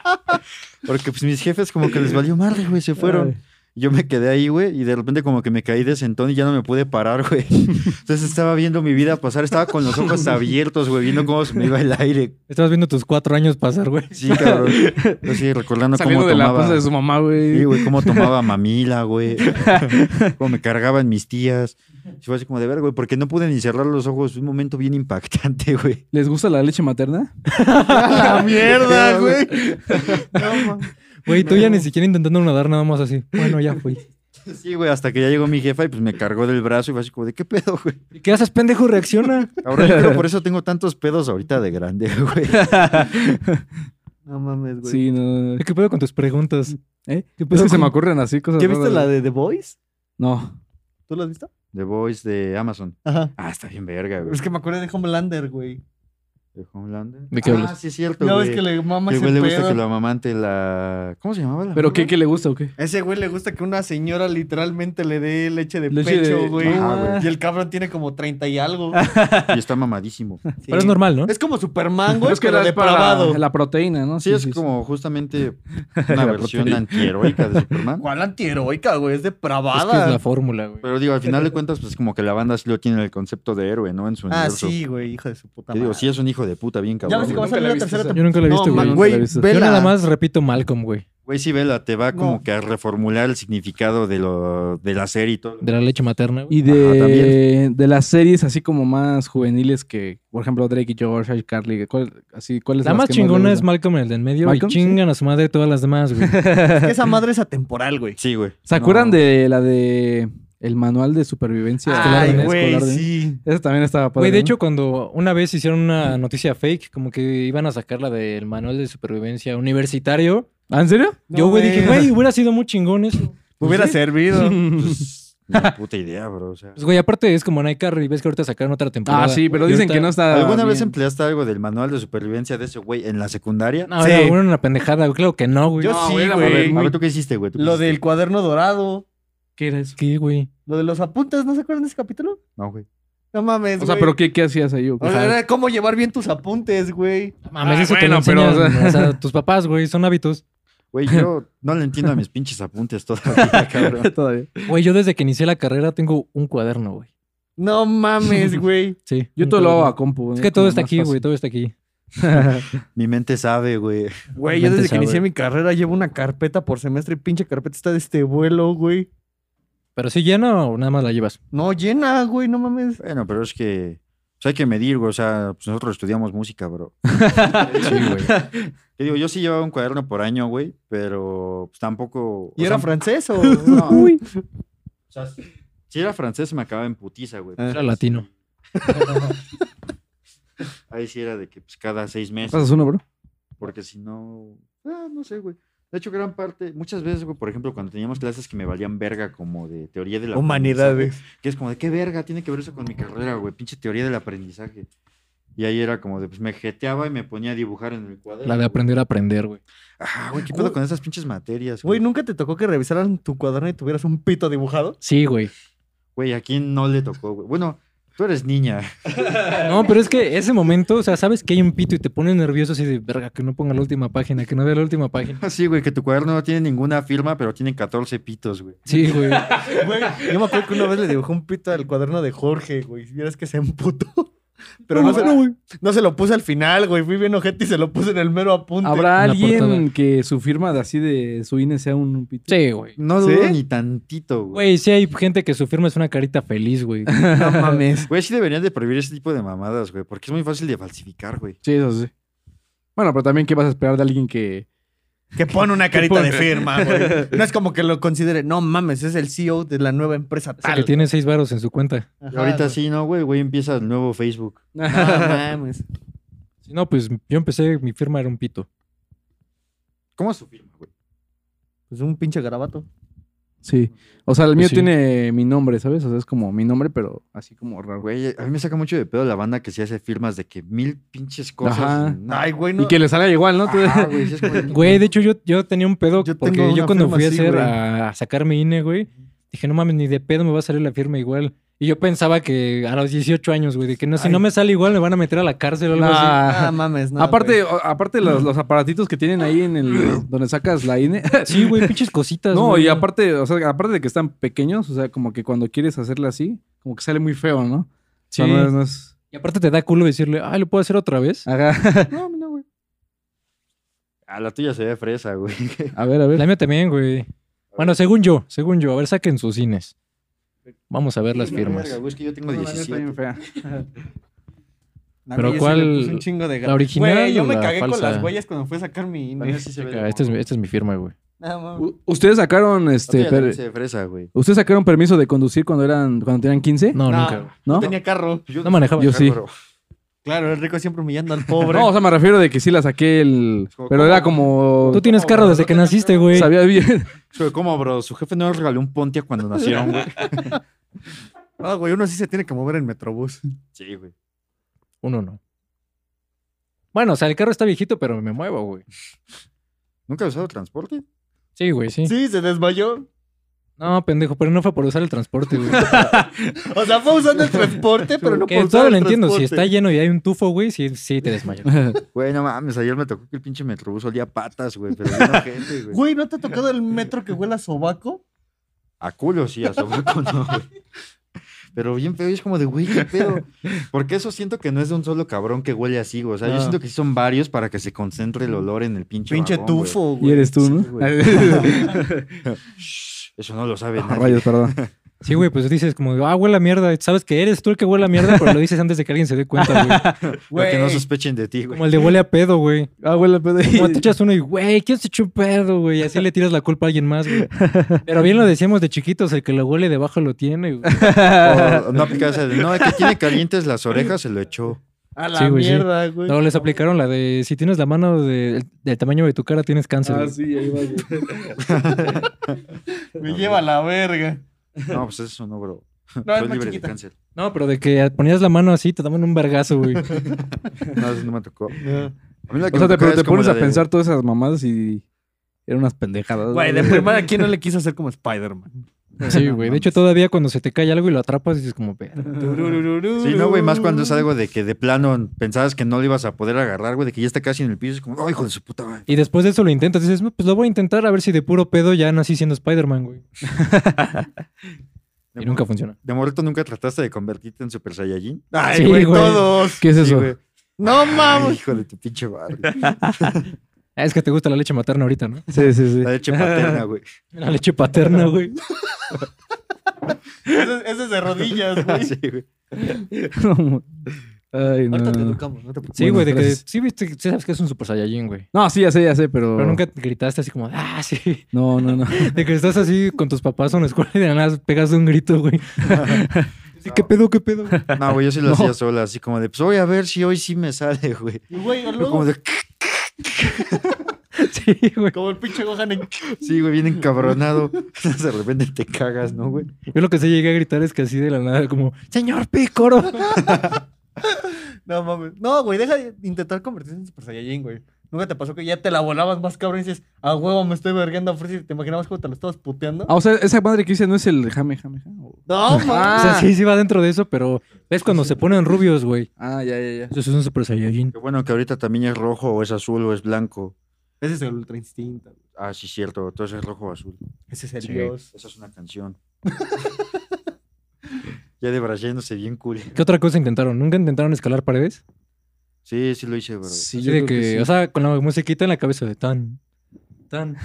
Speaker 5: Porque pues mis jefes como que les valió madre, güey, se fueron. Yo me quedé ahí, güey, y de repente como que me caí de sentón y ya no me pude parar, güey. Entonces estaba viendo mi vida pasar, estaba con los ojos abiertos, güey, viendo cómo se me iba el aire.
Speaker 1: Estabas viendo tus cuatro años pasar, güey.
Speaker 5: Sí, cabrón. Yo sí, recordando cómo
Speaker 3: Saliendo de la
Speaker 5: tomaba.
Speaker 3: panza de su mamá,
Speaker 5: Sí,
Speaker 3: güey.
Speaker 5: güey, cómo tomaba mamila, güey. cómo me cargaban mis tías. Y fue así como de verga, güey, porque no pude ni cerrar los ojos. Fue Un momento bien impactante, güey.
Speaker 3: ¿Les gusta la leche materna?
Speaker 2: A la mierda, güey. No, ma.
Speaker 1: Güey, tú ya ni siquiera intentando nadar nada más así. Bueno, ya fui.
Speaker 5: Sí, güey, hasta que ya llegó mi jefa y pues me cargó del brazo y fue así como de qué pedo, güey.
Speaker 1: ¿Y qué haces, pendejo? Reacciona.
Speaker 5: Ahora yo creo por eso tengo tantos pedos ahorita de grande, güey.
Speaker 2: No mames, güey.
Speaker 3: Sí, no.
Speaker 1: ¿Qué pedo con tus preguntas?
Speaker 3: ¿Eh?
Speaker 1: ¿Qué pedo
Speaker 3: Es que se
Speaker 1: con-
Speaker 3: me ocurren así cosas.
Speaker 2: ¿Ya viste
Speaker 3: raras.
Speaker 2: la de The Voice?
Speaker 3: No.
Speaker 2: ¿Tú la has visto?
Speaker 5: The Voice de Amazon.
Speaker 2: Ajá.
Speaker 5: Ah, está bien verga, güey.
Speaker 2: Es que me acordé de Homelander, güey.
Speaker 5: ¿De Homelander?
Speaker 3: ¿De qué
Speaker 5: ah,
Speaker 3: hablas?
Speaker 5: sí es cierto,
Speaker 2: Ya
Speaker 5: güey.
Speaker 2: ves que le mama
Speaker 5: Que
Speaker 2: ese
Speaker 5: güey le gusta
Speaker 2: pedo.
Speaker 5: que lo amamante la... ¿Cómo se llamaba la
Speaker 3: ¿Pero qué,
Speaker 5: morra?
Speaker 3: qué le gusta o qué?
Speaker 2: Ese güey le gusta que una señora literalmente le dé leche de
Speaker 3: Leche de- Ah.
Speaker 2: pecho, güey.
Speaker 5: Ajá,
Speaker 1: Ah.
Speaker 5: güey.
Speaker 2: Y el cabrón tiene como 30 y algo.
Speaker 5: Y está mamadísimo.
Speaker 2: Sí.
Speaker 1: Pero es normal, ¿no?
Speaker 2: Es como Superman, güey,
Speaker 3: Es que
Speaker 2: pero
Speaker 3: era para
Speaker 2: depravado.
Speaker 3: la, la proteína, ¿no?
Speaker 5: Sí, es como justamente una versión
Speaker 3: proteína.
Speaker 5: antiheroica de Superman.
Speaker 2: ¿Cuál antiheroica, güey? Es
Speaker 1: Es que es
Speaker 2: depravada.
Speaker 1: la fórmula, güey.
Speaker 5: Pero digo, al final de cuentas, pues como que la banda sí lo tiene el concepto de héroe, ¿no? En su
Speaker 2: Ah,
Speaker 5: universo.
Speaker 2: sí, güey, hijo de su puta madre.
Speaker 5: Que digo, sí es un hijo de puta, bien
Speaker 2: ya
Speaker 5: cabrón.
Speaker 2: ves que va a
Speaker 5: güey.
Speaker 3: Nunca
Speaker 2: salir
Speaker 3: la
Speaker 2: la
Speaker 3: he visto
Speaker 2: tercera
Speaker 3: esa.
Speaker 1: Yo
Speaker 2: temporada.
Speaker 1: nunca la he
Speaker 2: No,
Speaker 1: visto, güey.
Speaker 2: man,
Speaker 3: nunca la he
Speaker 2: güey,
Speaker 3: visto.
Speaker 1: Yo
Speaker 2: vela.
Speaker 1: nada más repito Malcolm, güey.
Speaker 5: Güey, sí, vela, te va como
Speaker 2: No.
Speaker 5: que a reformular el significado de, lo, de la serie y todo.
Speaker 1: De la leche materna, güey.
Speaker 3: Y
Speaker 5: Ajá,
Speaker 3: de,
Speaker 5: también.
Speaker 3: de las series así como más juveniles que, por ejemplo, Drake y George, y Carly, ¿cuál, así, ¿cuál es
Speaker 1: La más chingona es Malcolm el de en medio y
Speaker 3: Malcolm, sí.
Speaker 1: chingan a su madre todas las demás, güey.
Speaker 2: Es que esa madre es atemporal, güey.
Speaker 5: Sí, güey.
Speaker 3: ¿Se acuerdan de la de El Manual de Supervivencia
Speaker 1: Ay,
Speaker 3: Escolar de-
Speaker 2: güey,
Speaker 3: Escolar ¿eh? de-
Speaker 2: sí.
Speaker 3: Esa también estaba padre.
Speaker 1: Güey, de
Speaker 3: ¿no?
Speaker 1: hecho, cuando una vez hicieron una noticia fake, como que iban a sacarla del manual de supervivencia universitario,
Speaker 3: ¿Ah, ¿En serio?
Speaker 2: No,
Speaker 1: yo, güey, dije,
Speaker 2: güey.
Speaker 1: güey, hubiera sido muy chingón eso.
Speaker 2: Hubiera servido.
Speaker 5: Pues, ni puta idea, bro. O sea.
Speaker 1: Pues, güey, aparte es como Nightcarry, ves que ahorita sacaron otra temporada.
Speaker 3: ah, sí,
Speaker 1: Y
Speaker 3: pero dicen
Speaker 1: ahorita-
Speaker 3: que no está.
Speaker 5: ¿Alguna vez
Speaker 3: bien.
Speaker 5: empleaste algo del manual de supervivencia de ese güey en la secundaria?
Speaker 1: No,
Speaker 2: Sí.
Speaker 1: era una- una pendejada, güey, claro que no, güey.
Speaker 2: Yo
Speaker 3: No,
Speaker 2: sí,
Speaker 3: güey, la
Speaker 5: A ver,
Speaker 2: güey.
Speaker 5: a ver, ¿tú qué hiciste, güey? ¿Tú qué
Speaker 2: Lo
Speaker 5: hiciste?
Speaker 2: del cuaderno dorado.
Speaker 3: ¿Qué era eso?
Speaker 1: ¿Qué, güey?
Speaker 2: Lo de los apuntes, ¿no se acuerdan de ese capítulo?
Speaker 5: No, güey.
Speaker 2: No mames,
Speaker 3: O sea,
Speaker 2: güey.
Speaker 3: ¿pero qué, qué hacías ahí? o qué?
Speaker 2: O sea, era cómo llevar bien tus apuntes, güey.
Speaker 1: Mames,
Speaker 3: Ah,
Speaker 1: eso te lo
Speaker 3: bueno, pero,
Speaker 1: enseñan,
Speaker 3: o sea-
Speaker 1: o sea, tus papás, güey, son hábitos.
Speaker 5: Güey, yo no le entiendo a mis pinches apuntes todavía, cabrón.
Speaker 3: Todavía.
Speaker 1: Güey, yo desde que inicié la carrera tengo un cuaderno, güey.
Speaker 2: No mames, güey.
Speaker 1: Sí.
Speaker 3: Yo
Speaker 1: un
Speaker 3: todo lo hago
Speaker 1: cuaderno.
Speaker 3: a compu.
Speaker 1: Es
Speaker 3: ¿no?
Speaker 1: que todo
Speaker 3: Como
Speaker 1: está
Speaker 3: más
Speaker 1: aquí, güey,
Speaker 3: fácil.
Speaker 1: todo está aquí.
Speaker 5: Mi mente sabe, güey.
Speaker 2: Güey, yo desde
Speaker 1: Vente,
Speaker 2: que inicié
Speaker 1: sabe.
Speaker 2: mi carrera llevo una carpeta por semestre y pinche carpeta está de este vuelo, güey.
Speaker 1: Pero si llena o nada más la llevas.
Speaker 2: No, llena, güey, no mames.
Speaker 5: Bueno, pero es que Pues hay que medir, güey. O sea, pues nosotros estudiamos música, bro.
Speaker 1: Sí, güey.
Speaker 5: Te digo, yo sí llevaba un cuaderno por año, güey, pero pues tampoco.
Speaker 2: ¿Y
Speaker 5: o
Speaker 2: era
Speaker 5: sea,
Speaker 2: francés o...?
Speaker 5: No.
Speaker 2: Uy.
Speaker 5: O sea, si era francés me acababa en putiza, güey.
Speaker 2: Ah.
Speaker 1: Era latino.
Speaker 5: Ahí sí era de que pues, cada seis meses,
Speaker 3: ¿Pasas uno, bro?
Speaker 5: porque si no, ah, no sé, güey. De hecho, gran parte, muchas veces, güey, por ejemplo, cuando teníamos clases que me valían verga como de teoría del aprendizaje,
Speaker 2: Humanidades.
Speaker 5: Que es como, ¿de qué verga tiene que ver eso con mi carrera, güey? Pinche teoría del aprendizaje. Y ahí era como de, pues me jeteaba y me ponía a dibujar en el cuaderno.
Speaker 1: La de
Speaker 5: güey.
Speaker 1: aprender a aprender, güey.
Speaker 5: Ajá, güey, ¿qué pedo
Speaker 2: Güey.
Speaker 5: con esas pinches materias,
Speaker 2: Güey, ¿nunca te tocó que revisaran tu cuaderno y tuvieras un pito dibujado?
Speaker 1: Sí, güey.
Speaker 5: Güey, ¿a quién no le tocó, güey? Bueno, tú eres niña.
Speaker 1: No, pero es que ese momento, o sea, sabes que hay un pito y te pones nervioso así de verga, que no ponga la última página, que no vea la última página.
Speaker 5: Así, güey, que tu cuaderno no tiene ninguna firma, pero tiene 14 pitos, güey.
Speaker 1: Sí, güey.
Speaker 2: Güey, yo me acuerdo que una vez le dibujé un pito al cuaderno de Jorge, güey. Si vieras que se emputó. Pero no, se, no se lo puse al final, güey. Fui bien ojete y se lo puse en el mero apunte.
Speaker 3: ¿Habrá
Speaker 1: En la
Speaker 3: alguien
Speaker 1: portada.
Speaker 3: que su firma de así de su INE sea un, un pito?
Speaker 1: Sí, güey.
Speaker 5: No
Speaker 2: ¿Sí?
Speaker 5: dudo ni tantito, güey.
Speaker 1: Güey, sí hay gente que su firma es una carita feliz, güey.
Speaker 3: No mames.
Speaker 5: Güey, sí deberían de prohibir ese tipo de mamadas, güey, porque es muy fácil de falsificar, güey.
Speaker 3: Sí, eso sí. Bueno, pero también, ¿qué vas a esperar de alguien que.
Speaker 2: Que pone una carita de firma, güey. No es como que lo considere. No mames, es el CEO de la nueva empresa
Speaker 1: O sea, que
Speaker 2: tal.
Speaker 1: tiene seis varos en su cuenta.
Speaker 2: Ajá,
Speaker 5: Y ahorita
Speaker 2: güey.
Speaker 5: sí, ¿no, güey? Güey, empieza el nuevo Facebook.
Speaker 2: No mames.
Speaker 1: Si no, pues yo empecé, mi firma era un pito.
Speaker 5: ¿Cómo es su firma, güey?
Speaker 2: Pues un pinche garabato.
Speaker 3: sí. O sea, el mío
Speaker 1: Pues sí.
Speaker 3: tiene mi nombre, ¿sabes? O sea, es como mi nombre, pero así como raro.
Speaker 5: Güey, a mí me saca mucho de pedo la banda que se hace firmas de que mil pinches cosas.
Speaker 3: Ajá.
Speaker 5: No,
Speaker 2: Ay, güey, no.
Speaker 3: Y que le salga igual, ¿no? Tú-
Speaker 5: Ajá, Ah, güey, sí es como de-
Speaker 1: Güey, de hecho, yo, yo tenía un pedo
Speaker 2: Yo tengo
Speaker 1: porque
Speaker 2: una
Speaker 1: yo cuando
Speaker 2: firma
Speaker 1: fui a
Speaker 2: así,
Speaker 1: hacer
Speaker 2: güey.
Speaker 1: a, a sacar mi INE, güey, dije, no mames, ni de pedo me va a salir la firma igual. Y yo pensaba que a los 18 años, güey, de que no, si
Speaker 2: Ay.
Speaker 1: no me sale igual me van a meter a la cárcel o algo así.
Speaker 2: Ah,
Speaker 3: Nah.
Speaker 2: mames, no.
Speaker 3: aparte, o- aparte los, los aparatitos que tienen ahí en el donde sacas la INE.
Speaker 1: Sí, güey, pinches cositas.
Speaker 3: No,
Speaker 1: güey.
Speaker 3: y aparte, o sea, aparte de que están pequeños, o sea, como que cuando quieres hacerla así, como que sale muy feo, ¿no?
Speaker 1: Sí.
Speaker 3: O sea, no es- no es-
Speaker 1: Y aparte te da culo decirle, ay, ¿lo puedo hacer otra vez?
Speaker 3: Ajá.
Speaker 2: No, no, güey.
Speaker 5: Ah, la tuya se ve fresa, güey.
Speaker 3: A ver, a ver.
Speaker 1: La mía también, güey. Bueno, según yo, según yo. A ver, saquen sus cines. Vamos a ver las
Speaker 5: Verga,
Speaker 1: firmas.
Speaker 5: güey, es que yo tengo
Speaker 3: No, la neta, bien
Speaker 5: 17.
Speaker 3: fea.
Speaker 2: La
Speaker 1: Pero
Speaker 2: mía sí le
Speaker 1: ¿cuál-
Speaker 2: puse un chingo de gar-
Speaker 1: la original
Speaker 2: Güey, yo
Speaker 1: o
Speaker 2: me
Speaker 1: la
Speaker 2: cagué con
Speaker 1: falsa?
Speaker 2: las huellas cuando fui a sacar mi
Speaker 5: La
Speaker 2: INE.
Speaker 5: mía sí se ve de
Speaker 1: Esta es, mi-
Speaker 5: morro.
Speaker 1: esta es mi firma, güey.
Speaker 2: No, mames.
Speaker 3: U- ¿Ustedes sacaron
Speaker 5: La
Speaker 3: este
Speaker 5: tuya también
Speaker 3: per-
Speaker 5: se ve fresa, güey.
Speaker 3: ¿Ustedes sacaron permiso de conducir cuando eran cuando tenían 15?
Speaker 1: No,
Speaker 2: No.
Speaker 1: nunca. güey.
Speaker 3: ¿No?
Speaker 2: No tenía carro.
Speaker 5: Yo
Speaker 1: No manejaba.
Speaker 3: Yo sí.
Speaker 5: bro.
Speaker 2: Claro, el rico siempre humillando al pobre.
Speaker 3: No, o sea, me refiero de que sí la saqué el
Speaker 5: Como-
Speaker 3: pero era como
Speaker 1: Tú tienes carro desde que naciste, güey.
Speaker 3: sabía bien.
Speaker 5: Güey, ¿Cómo, bro? Su jefe no les regaló un Pontiac cuando nacieron, güey.
Speaker 2: Ah, güey, uno sí se tiene que mover en Metrobús.
Speaker 5: Sí, güey.
Speaker 1: Uno no. Bueno, o sea, el carro está viejito, pero me muevo, güey.
Speaker 5: ¿Nunca has usado transporte?
Speaker 1: Sí, güey, sí.
Speaker 2: Sí, se desmayó.
Speaker 1: No, pendejo, pero no fue por usar el transporte, güey.
Speaker 2: O sea, fue usando el transporte, pero no
Speaker 1: que
Speaker 2: por
Speaker 1: todo
Speaker 2: usar
Speaker 1: lo
Speaker 2: el
Speaker 1: entiendo. Si
Speaker 2: transporte.
Speaker 1: está lleno y hay un tufo, güey, sí, sí te desmayas.
Speaker 5: Güey, no mames, ayer me tocó que el pinche metrobús olía patas, güey. Pero bien ojete, güey.
Speaker 2: Güey, ¿no te ha tocado el metro que huele a sobaco?
Speaker 5: A culo sí, a sobaco no, güey. Pero bien feo, y es como de, güey, qué pedo. Porque eso siento que no es de un solo cabrón que huele así, güey. O sea, yo
Speaker 2: No.
Speaker 5: siento que sí son varios para que se concentre el olor en el pinche
Speaker 2: Pinche
Speaker 5: vagón, güey.
Speaker 2: tufo,
Speaker 3: y
Speaker 2: güey.
Speaker 3: eres tú, ¿no?
Speaker 5: Sí, güey. Shh, Eso no lo sabe
Speaker 3: Ah,
Speaker 5: nadie.
Speaker 3: Rayos, perdón.
Speaker 1: Sí, güey, pues dices como, ah, huele a mierda. Sabes que eres tú el que huele a mierda, pero lo dices antes de que alguien se dé cuenta, güey.
Speaker 5: Para que no
Speaker 2: Güey.
Speaker 5: sospechen de ti, güey.
Speaker 1: Como el de huele a pedo, güey.
Speaker 3: Ah, güey, la pedo.
Speaker 1: Como te echas uno y, güey, ¿quién se echó un pedo, güey? Y Así le tiras la culpa a alguien más, güey. Pero bien lo decíamos de chiquitos, el que lo huele debajo lo tiene, güey.
Speaker 5: O no aplica esa de, no, el que tiene calientes las orejas se lo echó.
Speaker 2: A la
Speaker 1: Sí, güey, sí.
Speaker 2: mierda, güey.
Speaker 1: No, les aplicaron la de, si tienes la mano de- del tamaño de tu cara, tienes cáncer. güey.
Speaker 3: Ah, sí, ahí va.
Speaker 2: Me lleva a la verga.
Speaker 5: No, pues eso no, bro.
Speaker 2: No,
Speaker 5: Soy
Speaker 2: es más
Speaker 5: libre de
Speaker 2: chiquita.
Speaker 5: cáncer.
Speaker 1: No, pero de que ponías la mano así, te daban un vergazo, güey.
Speaker 5: No, eso no me tocó.
Speaker 2: No.
Speaker 5: A mí la que
Speaker 3: O sea,
Speaker 5: me
Speaker 3: te,
Speaker 5: tocó
Speaker 3: pero
Speaker 5: es
Speaker 3: te
Speaker 5: como
Speaker 3: pones
Speaker 5: la
Speaker 3: a
Speaker 5: de-
Speaker 3: pensar todas esas mamadas y eran unas pendejadas.
Speaker 2: Güey, de primera, ¿quién no le quiso hacer como Spider-Man?
Speaker 1: Pues Sí, güey. De hecho, todavía cuando se te cae algo y lo atrapas, dices como, "Verga".
Speaker 5: Sí, no, güey, más cuando es algo de que de plano pensabas que no lo ibas a poder agarrar, güey, de que ya está casi en el piso, es como, ¡ay, hijo de su puta madre!
Speaker 1: Y después de eso lo intentas. Dices, "No, pues lo voy a intentar a ver si de puro pedo ya nací siendo Spider-Man, güey.
Speaker 5: De
Speaker 1: Y nunca
Speaker 5: mor-
Speaker 1: funciona.
Speaker 5: ¿De morrito nunca trataste de convertirte en Super Saiyajin?
Speaker 2: Ay,
Speaker 1: Sí,
Speaker 2: güey,
Speaker 1: güey.
Speaker 2: todos.
Speaker 3: ¿Qué Ah, es
Speaker 5: Sí,
Speaker 3: eso?
Speaker 5: güey.
Speaker 2: No
Speaker 5: Ay,
Speaker 2: mames.
Speaker 5: hijo de tu pinche madre.
Speaker 1: Ah, Es que te gusta la leche materna ahorita, ¿no?
Speaker 3: sí, sí, sí.
Speaker 5: La leche paterna, güey.
Speaker 1: La leche paterna, güey.
Speaker 2: Ese ese es de rodillas, güey.
Speaker 5: Ah, Sí, güey.
Speaker 3: No, Ay, no.
Speaker 6: Ahorita
Speaker 5: Mm.
Speaker 6: te educamos, no te preocupes.
Speaker 1: Sí, güey, de que
Speaker 3: gracias.
Speaker 1: sí, viste, sí sabes que es un Super Saiyajin, güey.
Speaker 3: No, sí, ya sé, ya sé, pero.
Speaker 1: Pero nunca gritaste así como, ah, sí.
Speaker 3: No, no, no.
Speaker 1: De que estás así con tus papás en la escuela y de la nada pegas un grito, güey. Sí, ¿Qué pedo, qué pedo?
Speaker 5: No, güey, yo sí lo hacía sola, así como de, pues voy a ver si hoy sí me sale, güey.
Speaker 2: Y, Güey,
Speaker 5: Yo
Speaker 2: luego,
Speaker 5: Como de,
Speaker 1: Sí, güey.
Speaker 2: como el pinche Gohan en...
Speaker 5: sí, güey, bien encabronado. De repente te cagas, ¿no, güey?
Speaker 1: Yo lo que sí llegué a gritar es que así de la nada, como, señor Pícoro.
Speaker 2: No mames. No, güey, deja de intentar convertirse en Super Saiyajin, güey. Nunca te pasó que ya te la volabas más cabrón y dices, ah, huevo, me estoy vergueando a Freezer. ¿Te imaginabas cómo te lo estabas puteando?
Speaker 3: Ah, o sea, esa madre que dice no es el jame, jame, jame. o-
Speaker 2: No, mames.
Speaker 1: O sea, sí, sí va dentro de eso, pero es cuando se ponen rubios, güey.
Speaker 3: Ah, ya, ya, ya.
Speaker 1: Eso es un Super Saiyajin.
Speaker 5: Qué bueno que ahorita también es rojo o es azul o es blanco.
Speaker 2: Ese es el Ultra Instinto. güey.
Speaker 5: Ah, sí, cierto. Entonces es rojo o azul.
Speaker 2: Ese es el
Speaker 1: Sí.
Speaker 2: Dios.
Speaker 5: Esa es una canción. ya debrayándose bien cool.
Speaker 1: ¿Qué otra cosa intentaron? ¿Nunca intentaron escalar paredes?
Speaker 5: Sí, sí lo hice, bro.
Speaker 3: Sí,
Speaker 1: Así
Speaker 3: yo
Speaker 1: de
Speaker 3: creo
Speaker 1: que,
Speaker 3: sí.
Speaker 1: o sea, con la musiquita en la cabeza de tan, tan,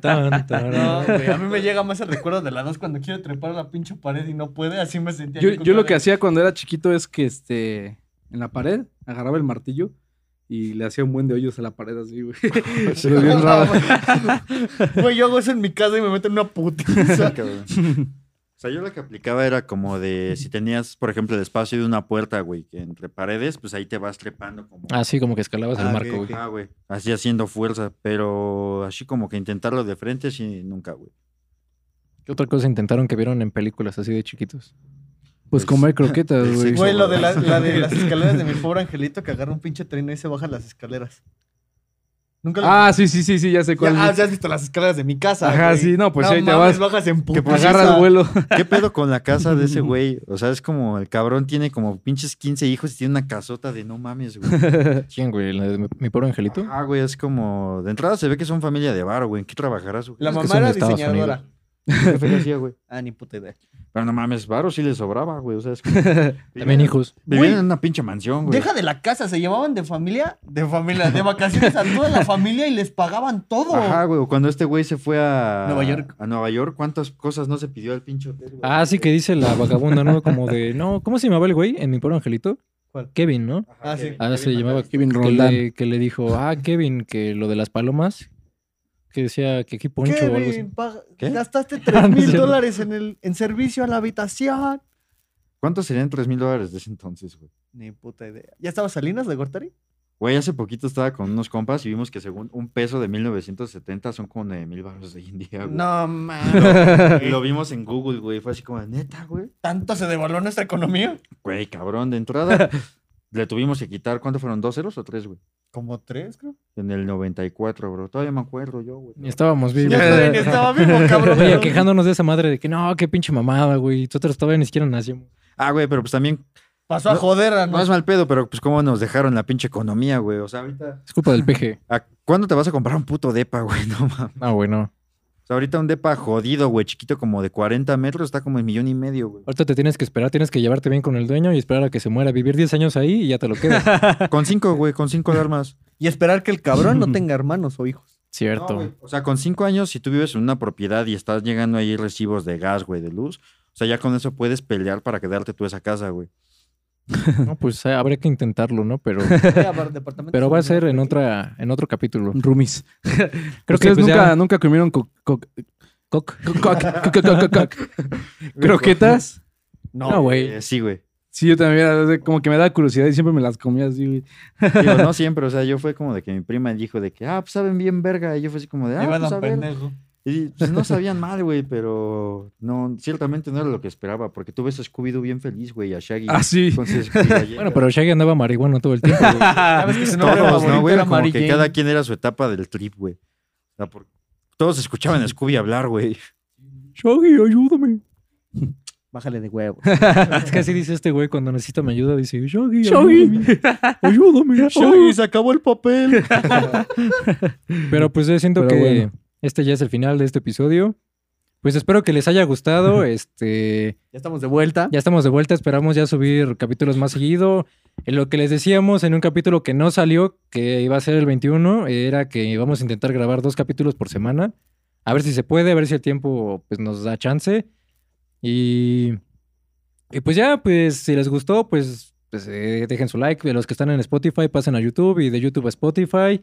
Speaker 1: tan,
Speaker 2: No,
Speaker 1: tan.
Speaker 2: güey, a mí me llega más el recuerdo de la dos cuando quiero trepar a la pinche pared y no puede, así me sentía.
Speaker 3: Yo,
Speaker 2: con
Speaker 3: yo lo
Speaker 2: cada-
Speaker 3: que hacía cuando era chiquito es que este en la pared agarraba el martillo y le hacía un buen de hoyos a la pared así, güey. Pero bien raro.
Speaker 2: Güey, yo hago eso en mi casa y me meten una putiza.
Speaker 5: cabrón. O sea, yo lo que aplicaba era como de si tenías, por ejemplo, el espacio de una puerta, güey, que entre paredes, pues ahí te vas trepando como.
Speaker 1: Así como que escalabas el
Speaker 2: Ah,
Speaker 1: marco,
Speaker 2: ok,
Speaker 1: güey.
Speaker 5: Ah, güey. Así haciendo fuerza, pero así como que intentarlo de frente, sí, nunca, güey.
Speaker 1: ¿Qué otra cosa intentaron que vieron en películas así de chiquitos?
Speaker 3: Pues comer croquetas,
Speaker 5: el
Speaker 3: güey.
Speaker 5: sexo.
Speaker 2: Güey, lo de, la- la de las escaleras de mi pobre angelito que agarra un pinche trino y se baja las escaleras. Nunca lo
Speaker 3: Ah, sí, sí, sí, sí, ya sé cuál.
Speaker 2: Ya, ah,
Speaker 3: es.
Speaker 2: ya has visto las escaleras de mi casa.
Speaker 3: Ajá,
Speaker 2: güey.
Speaker 3: sí, no, pues
Speaker 2: no
Speaker 3: ahí te
Speaker 2: mames,
Speaker 3: vas.
Speaker 2: bajas en
Speaker 5: Que
Speaker 2: puta.
Speaker 5: pues
Speaker 3: Agarras
Speaker 5: esa-
Speaker 3: vuelo.
Speaker 5: ¿Qué pedo con la casa de ese güey? O sea, es como el cabrón tiene como pinches 15 hijos y tiene una casota de no mames, güey.
Speaker 1: ¿Quién, güey? ¿La de mi, mi pobre angelito?
Speaker 5: Ah, güey, es como. De entrada se ve que son familia de bar, güey. ¿En qué trabajarás, güey?
Speaker 2: La
Speaker 1: Es que
Speaker 2: mamá
Speaker 1: son de
Speaker 2: era
Speaker 1: Estados
Speaker 2: diseñadora.
Speaker 5: ¿Qué fue que hacía, güey?
Speaker 2: Ah, ni puta idea.
Speaker 5: Pero no mames, varo sí le sobraba, güey. O sea, es como.
Speaker 1: También hijos.
Speaker 5: Vivían
Speaker 2: Güey.
Speaker 5: en una pinche mansión, güey.
Speaker 2: Deja de la casa, se llevaban de familia, de familia, de vacaciones a toda la familia y les pagaban todo.
Speaker 5: Ajá, güey. o Cuando este güey se fue a
Speaker 2: Nueva York.
Speaker 5: A Nueva York, ¿cuántas cosas no se pidió al pinche hotel, güey?
Speaker 1: Ah, sí que dice la vagabunda, ¿no? Como de, no, ¿cómo se llamaba el güey en mi pobre angelito?
Speaker 2: ¿Cuál?
Speaker 1: Kevin, ¿no?
Speaker 5: Ajá,
Speaker 2: Ah, sí.
Speaker 5: Kevin.
Speaker 1: Ah, se llamaba
Speaker 3: Kevin
Speaker 1: que
Speaker 3: Roldán.
Speaker 1: le, que le dijo, ah, Kevin, que lo de las palomas, que decía que aquí poncho o algo así.
Speaker 2: Kevin, paga-
Speaker 5: ¿Qué?
Speaker 2: gastaste
Speaker 1: Ah,
Speaker 2: 3
Speaker 1: no es
Speaker 2: mil
Speaker 1: cierto.
Speaker 2: dólares en, el, en servicio a la habitación.
Speaker 5: ¿Cuántos serían 3 mil dólares de ese entonces, güey?
Speaker 2: Ni puta idea. ¿Ya estaba Salinas de Gortari?
Speaker 5: Güey, hace poquito estaba con unos compas y vimos que según un peso de 1970 son como 9 mil baros de hoy en día, güey.
Speaker 2: No, mames.
Speaker 5: Y lo vimos en Google, güey. Fue así como, neta, güey.
Speaker 2: ¿Tanto se devaluó nuestra economía?
Speaker 5: Güey, cabrón, de entrada le tuvimos que quitar, ¿cuánto fueron? ¿Dos ceros o tres, güey?
Speaker 2: Como tres, creo.
Speaker 5: En el 94, bro. Todavía me acuerdo yo, güey.
Speaker 1: Y estábamos
Speaker 2: Yo
Speaker 1: vivos.
Speaker 2: todavía ni estaba vivo, cabrón.
Speaker 1: Oye, quejándonos de esa madre de que no, qué pinche mamada, güey. Nosotros todavía ni siquiera nacimos.
Speaker 5: Ah, güey, pero pues también,
Speaker 2: Pasó a joder a
Speaker 5: no es
Speaker 2: nosotros.
Speaker 5: mal pedo, pero pues cómo nos dejaron la pinche economía, güey. O sea, ahorita,
Speaker 1: Es culpa del peje.
Speaker 5: ¿a ¿cuándo te vas a comprar un puto depa, güey? No mames.
Speaker 1: No, güey, no.
Speaker 5: O sea, ahorita un depa jodido, güey, chiquito como de 40 metros, está como en millón y medio, güey.
Speaker 1: Ahorita te tienes que esperar, tienes que llevarte bien con el dueño y esperar a que se muera. Vivir 10 años ahí y ya te lo quedas.
Speaker 5: Con cinco, güey, con cinco alarmas.
Speaker 2: Y esperar que el cabrón no tenga hermanos o hijos.
Speaker 1: Cierto.
Speaker 5: No, güey. o sea, con cinco años, si tú vives en una propiedad y estás llegando ahí recibos de gas, güey, de luz, o sea, ya con eso puedes pelear para quedarte tú esa casa, güey.
Speaker 1: no, pues eh, habría que intentarlo, ¿no? Pero, pero va a ser en otra, en otro capítulo.
Speaker 3: Rumis.
Speaker 1: Creo
Speaker 3: Creo
Speaker 1: que
Speaker 3: que
Speaker 1: pues,
Speaker 3: nunca,
Speaker 1: ya-
Speaker 3: nunca comieron co- co-
Speaker 1: Coc.
Speaker 3: co- co- co- co- co- co- croquetas.
Speaker 1: No, güey.
Speaker 5: Eh, sí, güey.
Speaker 3: Sí, yo también, era de- como que me da curiosidad y siempre me las comía así, güey.
Speaker 5: Digo, no siempre, o sea, yo fue como de que mi prima dijo de que, ah, pues saben bien verga. Y yo fue así como de, ah, pues a ver. Y pues no sabían mal, güey, pero no, ciertamente no era lo que esperaba, porque tú ves a Scooby-Doo bien feliz, güey, y a Shaggy.
Speaker 3: Ah, sí.
Speaker 5: Entonces, pues, ya llega.
Speaker 1: Bueno, pero Shaggy andaba marihuana todo el tiempo. güey.
Speaker 2: Sabes que su nombre
Speaker 5: todos,
Speaker 2: favorito
Speaker 5: ¿no, güey?
Speaker 2: era
Speaker 5: Como
Speaker 2: Mary
Speaker 5: que
Speaker 2: Jane.
Speaker 5: cada quien era su etapa del trip, güey. O sea, por- Todos escuchaban a Scooby hablar, güey.
Speaker 1: Shaggy, ayúdame.
Speaker 2: Bájale de huevo.
Speaker 1: Es que así dice este güey cuando necesita mi ayuda. Dice, Shaggy, ayúdame. Ayúdame. Shaggy.
Speaker 2: se acabó el papel.
Speaker 1: Pero pues yo siento
Speaker 3: Pero
Speaker 1: que
Speaker 3: bueno.
Speaker 1: este ya es el final de este episodio. Pues espero que les haya gustado. Este,
Speaker 2: Ya estamos de vuelta.
Speaker 1: ya estamos de vuelta. Esperamos ya subir capítulos más seguido. En lo que les decíamos en un capítulo que no salió, que iba a ser el 21, era que íbamos a intentar grabar dos capítulos por semana. A ver si se puede, a ver si el tiempo pues, nos da chance. Y Y pues ya, pues si les gustó, pues, pues, eh, dejen su like. Los que están en Spotify, pasen a YouTube y de YouTube a Spotify.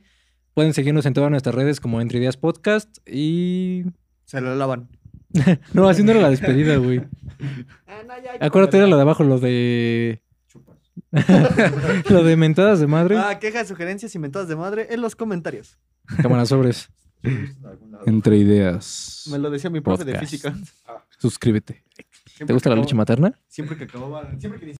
Speaker 1: Pueden seguirnos en todas nuestras redes como Entre Ideas Podcast. Y.
Speaker 2: Se lo lavan.
Speaker 1: No, así no era la despedida, güey. Acuérdate, era lo de abajo, lo de. lo de mentadas de madre.
Speaker 2: Ah, quejas, sugerencias y mentadas de madre en los comentarios.
Speaker 1: Cámara sobres.
Speaker 3: Entre ideas.
Speaker 2: Me lo decía mi profe de
Speaker 1: Podcast.
Speaker 2: física.
Speaker 3: Suscríbete.
Speaker 1: ¿Te gusta la leche materna?
Speaker 2: Siempre que acababa. Siempre que